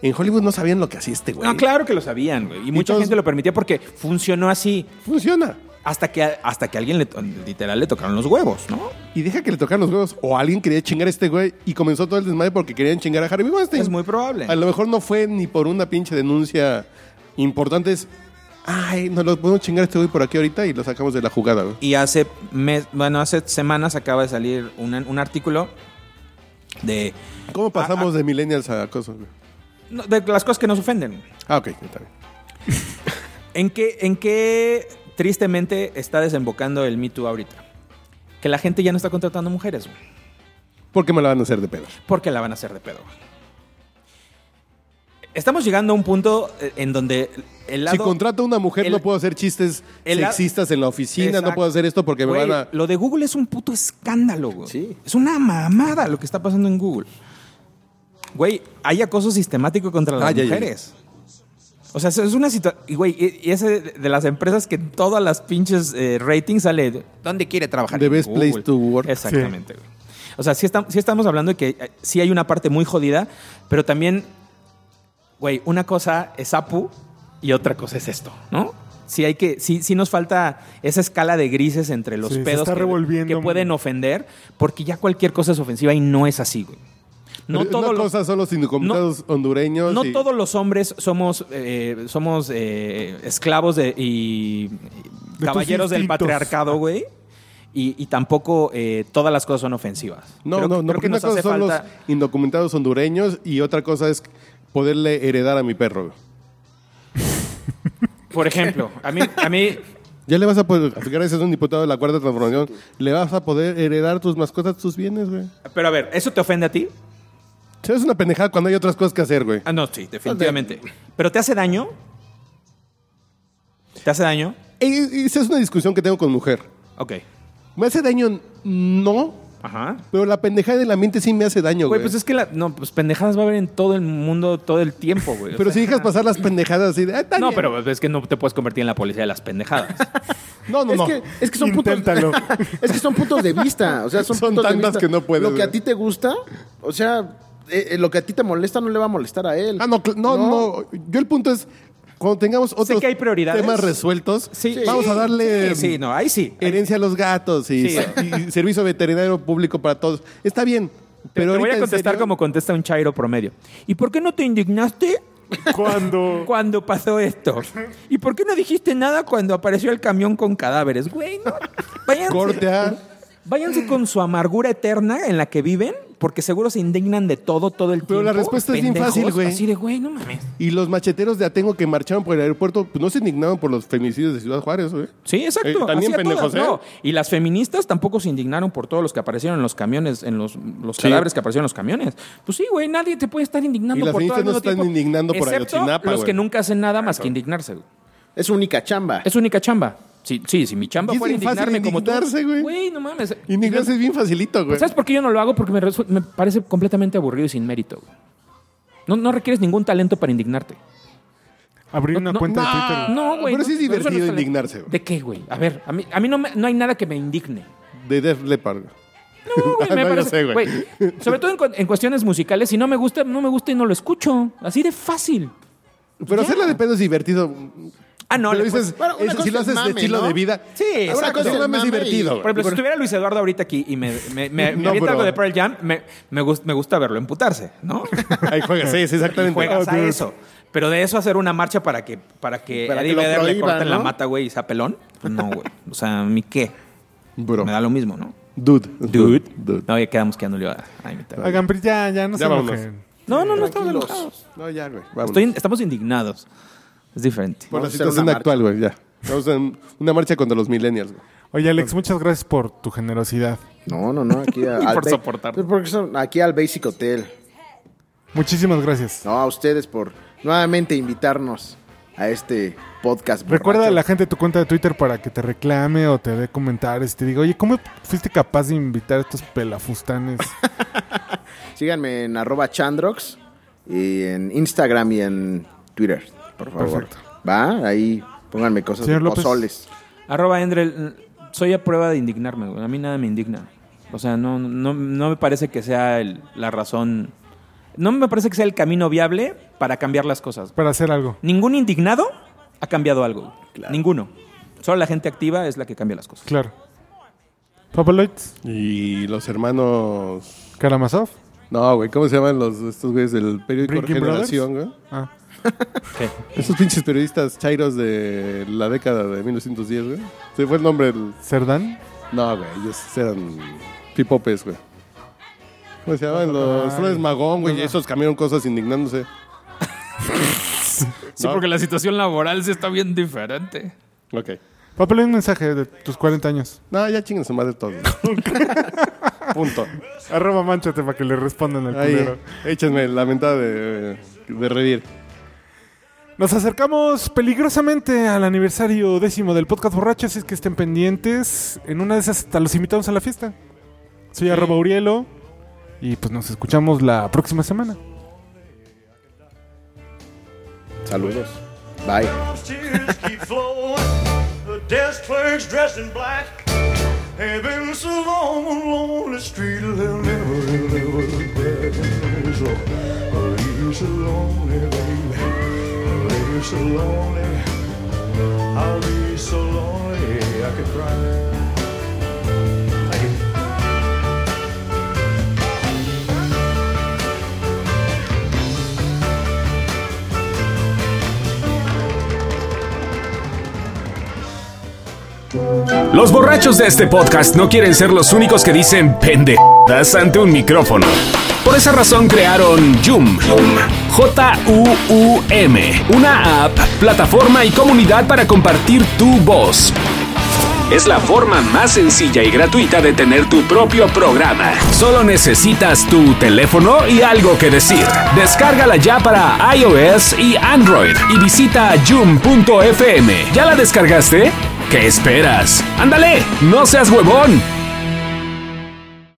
Speaker 7: En Hollywood no sabían lo que hacía este güey.
Speaker 13: No, claro que lo sabían, güey. Y mucha
Speaker 7: todos-
Speaker 13: gente lo permitía porque funcionó así.
Speaker 7: Funciona.
Speaker 13: Hasta que, hasta que a alguien le, to- literal le tocaron los huevos, ¿no?
Speaker 7: Y deja que le tocaran los huevos. O alguien quería chingar a este güey y comenzó todo el desmadre porque querían chingar a Harvey Weinstein.
Speaker 13: Es muy probable.
Speaker 7: A lo mejor no fue ni por una pinche denuncia importante. Es, ay, nos lo podemos chingar a este güey por aquí ahorita y lo sacamos de la jugada, güey.
Speaker 13: Y hace mes, bueno, hace semanas acaba de salir un, un artículo de, Ah,
Speaker 7: ¿Cómo pasamos de millennials a cosas, güey?
Speaker 13: no, de las cosas que nos ofenden.
Speaker 7: Ah, ok, está bien.
Speaker 13: ¿En qué, en qué tristemente está desembocando el Me Too ahorita? Que la gente ya no está contratando mujeres, güey,
Speaker 7: ¿Por qué me la van a hacer de pedo?
Speaker 13: porque la van a hacer de pedo. güey. Estamos llegando a un punto eh, en donde el lado...
Speaker 7: si contrato a una mujer,
Speaker 13: el-
Speaker 7: no puedo hacer chistes
Speaker 13: el lado-
Speaker 7: sexistas en la oficina,
Speaker 13: Exacto.
Speaker 7: no puedo hacer esto porque
Speaker 13: Güey,
Speaker 7: me van a.
Speaker 13: Lo de Google es un puto escándalo, güey.
Speaker 9: Sí.
Speaker 13: Es una mamada lo que está pasando en Google. Güey, hay acoso sistemático contra las
Speaker 7: Ay, ay, ay.
Speaker 13: mujeres. O sea, es una situación. Y, güey, y- y ese de las empresas que en todas las pinches eh, ratings sale. ¿Dónde quiere trabajar?
Speaker 7: The
Speaker 13: En
Speaker 7: best place to work.
Speaker 13: Exactamente, güey. O sea, sí, estam- sí estamos hablando de que eh, sí hay una parte muy jodida, pero también, güey, una cosa es Apu y otra cosa es esto, ¿no? Sí hay que, sí, sí nos falta esa escala de grises entre los
Speaker 6: Sí, se
Speaker 13: pedos
Speaker 6: está
Speaker 13: que,
Speaker 6: revolviendo
Speaker 13: que pueden
Speaker 6: muy-
Speaker 13: ofender, porque ya cualquier cosa es ofensiva y no es así, güey. No,
Speaker 7: Pero
Speaker 13: todos
Speaker 7: una
Speaker 13: los-
Speaker 7: cosa son los indocumentados hondureños.
Speaker 13: no
Speaker 7: y-
Speaker 13: todos los hombres somos, eh, somos eh, esclavos de, y, y
Speaker 6: tus
Speaker 13: caballeros del
Speaker 6: instintos.
Speaker 13: patriarcado, güey. Y, y tampoco eh, todas las cosas son ofensivas.
Speaker 7: No,
Speaker 13: Creo que- creo
Speaker 7: no, no,
Speaker 13: que
Speaker 7: porque una
Speaker 13: nos
Speaker 7: cosa
Speaker 13: hace
Speaker 7: son
Speaker 13: falta-
Speaker 7: los indocumentados hondureños y otra cosa es poderle heredar a mi perro.
Speaker 8: Por ejemplo, a mí, a mí
Speaker 7: Ya le vas a poder, gracias a un diputado de la Cuarta Transformación, le vas a poder heredar tus mascotas, tus bienes, güey.
Speaker 8: pero a ver, ¿eso te ofende a ti?
Speaker 7: O sea, Es una pendejada cuando hay otras cosas que hacer, güey.
Speaker 8: Ah, no, sí, definitivamente. ¿Pero te hace daño? ¿Te hace daño?
Speaker 7: E- Esa es una discusión que tengo con mujer.
Speaker 8: Ok.
Speaker 7: ¿Me hace daño? No.
Speaker 8: Ajá.
Speaker 7: Pero la pendejada de la mente sí me hace daño,
Speaker 8: Güey,
Speaker 7: güey.
Speaker 8: pues es que la, no, pues pendejadas va a haber en todo el mundo todo el tiempo, güey. O
Speaker 7: Pero
Speaker 8: sea,
Speaker 7: si dejas pasar las pendejadas así de... "Ah, está
Speaker 8: No,
Speaker 7: bien".
Speaker 8: pero es que no te puedes convertir en la policía de las pendejadas.
Speaker 7: No, no,
Speaker 9: Es,
Speaker 7: no.
Speaker 9: que, es que son puntos,
Speaker 6: Inténtalo.
Speaker 9: es que son puntos de vista. O sea, son,
Speaker 7: Son
Speaker 9: puntos de
Speaker 7: tantas
Speaker 9: vista.
Speaker 7: que no puedes,
Speaker 9: Lo que a
Speaker 7: güey.
Speaker 9: ti te gusta, o sea, eh, eh, lo que a ti te molesta no le va a molestar a él.
Speaker 7: Ah, no, cl- no, no, Yo el punto es, cuando tengamos otros
Speaker 8: que hay prioridades.
Speaker 7: temas resueltos,
Speaker 8: Sí.
Speaker 7: vamos a darle
Speaker 8: Sí, sí, no, ahí sí. Ahí-
Speaker 7: herencia a los gatos y,
Speaker 8: Sí.
Speaker 7: y servicio veterinario público para todos. Está bien.
Speaker 8: Te-
Speaker 7: Pero
Speaker 8: te voy
Speaker 7: ahorita,
Speaker 8: a
Speaker 7: en
Speaker 8: contestar
Speaker 7: serio,
Speaker 8: como contesta un chairo promedio. ¿Y por qué no te indignaste
Speaker 6: Cuando.
Speaker 8: cuando pasó esto? ¿Y por qué no dijiste nada cuando apareció el camión con cadáveres? Güey, no. Váyanse,
Speaker 7: Corte A.
Speaker 8: váyanse con su amargura eterna en la que viven, porque seguro se indignan de todo, todo el
Speaker 7: Pero
Speaker 8: tiempo.
Speaker 7: la respuesta es bien
Speaker 8: pendejos.
Speaker 7: fácil, güey.
Speaker 8: Así de, güey, no mames.
Speaker 7: Y los macheteros de Atengo que marcharon por el aeropuerto, pues no se indignaron por los feminicidios de Ciudad Juárez, güey.
Speaker 8: Sí, exacto.
Speaker 7: Eh, también
Speaker 8: Así a
Speaker 7: pendejos,
Speaker 8: todas,
Speaker 7: ¿eh?
Speaker 8: no. Y las feministas tampoco se indignaron por todos los que aparecieron en los camiones, en los, los
Speaker 7: Sí.
Speaker 8: cadáveres que aparecieron en los camiones. Pues sí, güey, nadie te puede estar indignando
Speaker 7: Y las
Speaker 8: por todo
Speaker 7: feministas
Speaker 8: al
Speaker 7: no
Speaker 8: mismo
Speaker 7: están
Speaker 8: tiempo,
Speaker 7: indignando por
Speaker 8: excepto
Speaker 7: Ayotzinapa,
Speaker 8: Los
Speaker 7: güey.
Speaker 8: que nunca hacen nada más que indignarse. güey.
Speaker 9: Es su única chamba.
Speaker 8: Es su única chamba. Sí, sí, si mi chamba
Speaker 7: Y es
Speaker 8: fuera
Speaker 7: bien fácil
Speaker 8: indignarme como tú.
Speaker 7: indignarse, güey.
Speaker 8: Güey, no mames.
Speaker 7: Indignarse es bien facilito, güey.
Speaker 8: ¿Sabes por qué yo no lo hago? Porque me, resu- me parece completamente aburrido y sin mérito. güey. No, no requieres ningún talento para indignarte.
Speaker 6: Abrir una
Speaker 8: No,
Speaker 6: cuenta
Speaker 8: no,
Speaker 6: de Twitter.
Speaker 8: No, güey.
Speaker 7: Pero sí es
Speaker 8: no, eso no
Speaker 7: divertido
Speaker 8: talento.
Speaker 7: indignarse, güey.
Speaker 8: ¿De qué, güey? A ver, a mí, a mí no, me- no hay nada que me indigne.
Speaker 7: De Def Leppard.
Speaker 8: No, güey,
Speaker 7: Ah, No,
Speaker 8: me
Speaker 7: yo
Speaker 8: parece-
Speaker 7: sé, güey.
Speaker 8: güey, Sobre todo en, cu- en cuestiones musicales, si no me gusta, no me gusta y no lo escucho. Así de fácil.
Speaker 7: Pero hacerla de pedo es divertido.
Speaker 8: Ah, no,
Speaker 7: Pero
Speaker 8: le-
Speaker 7: dices,
Speaker 9: bueno, una
Speaker 7: eso
Speaker 9: cosa
Speaker 7: si lo
Speaker 9: es
Speaker 7: haces
Speaker 9: mame,
Speaker 7: de estilo
Speaker 9: ¿no?
Speaker 7: de vida.
Speaker 8: Sí,
Speaker 7: Una
Speaker 8: exacto.
Speaker 7: cosa es mame es
Speaker 9: Mame y-
Speaker 7: divertido,
Speaker 8: Por
Speaker 7: güey.
Speaker 8: ejemplo, si estuviera Luis Eduardo ahorita aquí y me, me, me- me
Speaker 7: No, bro.
Speaker 8: avienta algo de Pearl Jam, me, me gust- me gusta verlo emputarse, ¿no?
Speaker 7: Ahí juegas, sí, sí,
Speaker 8: Y
Speaker 7: exactamente.
Speaker 8: juegas
Speaker 7: Oh,
Speaker 8: a
Speaker 7: dude.
Speaker 8: eso. Pero de eso hacer una marcha para que, para que
Speaker 9: Para
Speaker 8: Eddie
Speaker 9: que lo
Speaker 8: Vedder le
Speaker 9: prohíban,
Speaker 8: corten la
Speaker 9: ¿no?
Speaker 8: mata, güey, y sea pelón. Pues no, güey. O sea, ¿a mí qué?
Speaker 7: Bro.
Speaker 8: Me da lo mismo, ¿no?
Speaker 7: Dude.
Speaker 8: Dude.
Speaker 7: Dude.
Speaker 8: No, ya quedamos que ya no le iba a- a imitar.
Speaker 6: Hagan, pero ya, ya, no
Speaker 7: Ya
Speaker 6: se
Speaker 7: vámonos.
Speaker 6: enojen.
Speaker 8: No, no, no estamos
Speaker 9: Tranquilos.
Speaker 8: enojados.
Speaker 7: No, ya, güey. vámonos.
Speaker 8: Estoy- Estamos indignados. Es diferente.
Speaker 7: Por la
Speaker 9: Vamos a hacer
Speaker 7: situación
Speaker 9: una
Speaker 7: actual, güey, ya. Vamos a una marcha contra los millennials, güey.
Speaker 6: Oye, Alex, muchas gracias por tu generosidad.
Speaker 9: No, no, no. Aquí a- al
Speaker 8: Y por
Speaker 9: ba- pues
Speaker 8: soportar.
Speaker 9: Porque son- aquí al Basic Hotel.
Speaker 6: Muchísimas gracias.
Speaker 9: No, a ustedes por nuevamente invitarnos a este podcast.
Speaker 6: Recuerda a
Speaker 9: borracho.
Speaker 6: la gente tu cuenta de Twitter para que te reclame o te dé comentarios y te diga, oye, ¿cómo fuiste capaz de invitar a estos pelafustanes?
Speaker 9: Síganme en arroba chandrox y en Instagram y en Twitter, por favor.
Speaker 6: Perfecto.
Speaker 9: Va, ahí pónganme cosas
Speaker 6: Señor
Speaker 9: de
Speaker 6: López.
Speaker 9: pozoles.
Speaker 8: Arroba Endrel, mm, soy a prueba de indignarme, güey. A mí nada me indigna. O sea, no, no, no me parece que sea el- la razón. No me parece que sea el camino viable para cambiar las cosas.
Speaker 6: para hacer algo.
Speaker 8: Ningún indignado ha cambiado algo. güey. Ninguno. Solo la gente activa es la que cambia las cosas.
Speaker 6: Claro. Papaloids,
Speaker 7: Y los hermanos.
Speaker 6: Karamazov.
Speaker 7: No, güey, ¿cómo se llaman los, estos güeyes del periódico
Speaker 6: Breaking
Speaker 7: Generación, güey?
Speaker 6: Ah.
Speaker 7: Esos pinches periodistas chairos de la década de 1910, güey. Se fue el nombre del.
Speaker 6: Cerdán.
Speaker 7: No, güey, ellos eran pipopes, güey. ¿Cómo se llamaban? Los Flores Magón, güey. y Esos cambiaron cosas indignándose.
Speaker 13: Sí, porque la situación laboral se está bien diferente.
Speaker 7: Ok.
Speaker 6: Papaloid, un mensaje de tus 40 años.
Speaker 7: No, ya chingan su madre todo. Punto.
Speaker 6: Arroba manchate para que le respondan al
Speaker 7: Ahí,
Speaker 6: culero.
Speaker 7: échenme la mentada de, de reír.
Speaker 6: Nos acercamos peligrosamente al aniversario décimo del podcast borracho, así es que estén pendientes. En una de esas hasta los invitamos a la fiesta. Soy arroba Urielo y pues nos escuchamos la próxima semana.
Speaker 9: Saludos. Bye.
Speaker 14: tears keep flowing. The desk clerk's dressed in black. Ain't been so long along the street, they'll never, they'll never look back. So, oh, you're so lonely, baby. Oh, you're so lonely. I'll be so lonely, I could cry. I could
Speaker 1: Los borrachos de este podcast no quieren ser los únicos que dicen pendejadas Das ante un micrófono. Por esa razón crearon Joom, J-U-U-M, una app, plataforma y comunidad para compartir tu voz. Es la forma más sencilla y gratuita de tener tu propio programa. Solo necesitas tu teléfono y algo que decir. Descárgala ya para iOS y Android y visita joom.fm. ¿Ya la descargaste? ¿Qué esperas? ¡Ándale! ¡No seas huevón!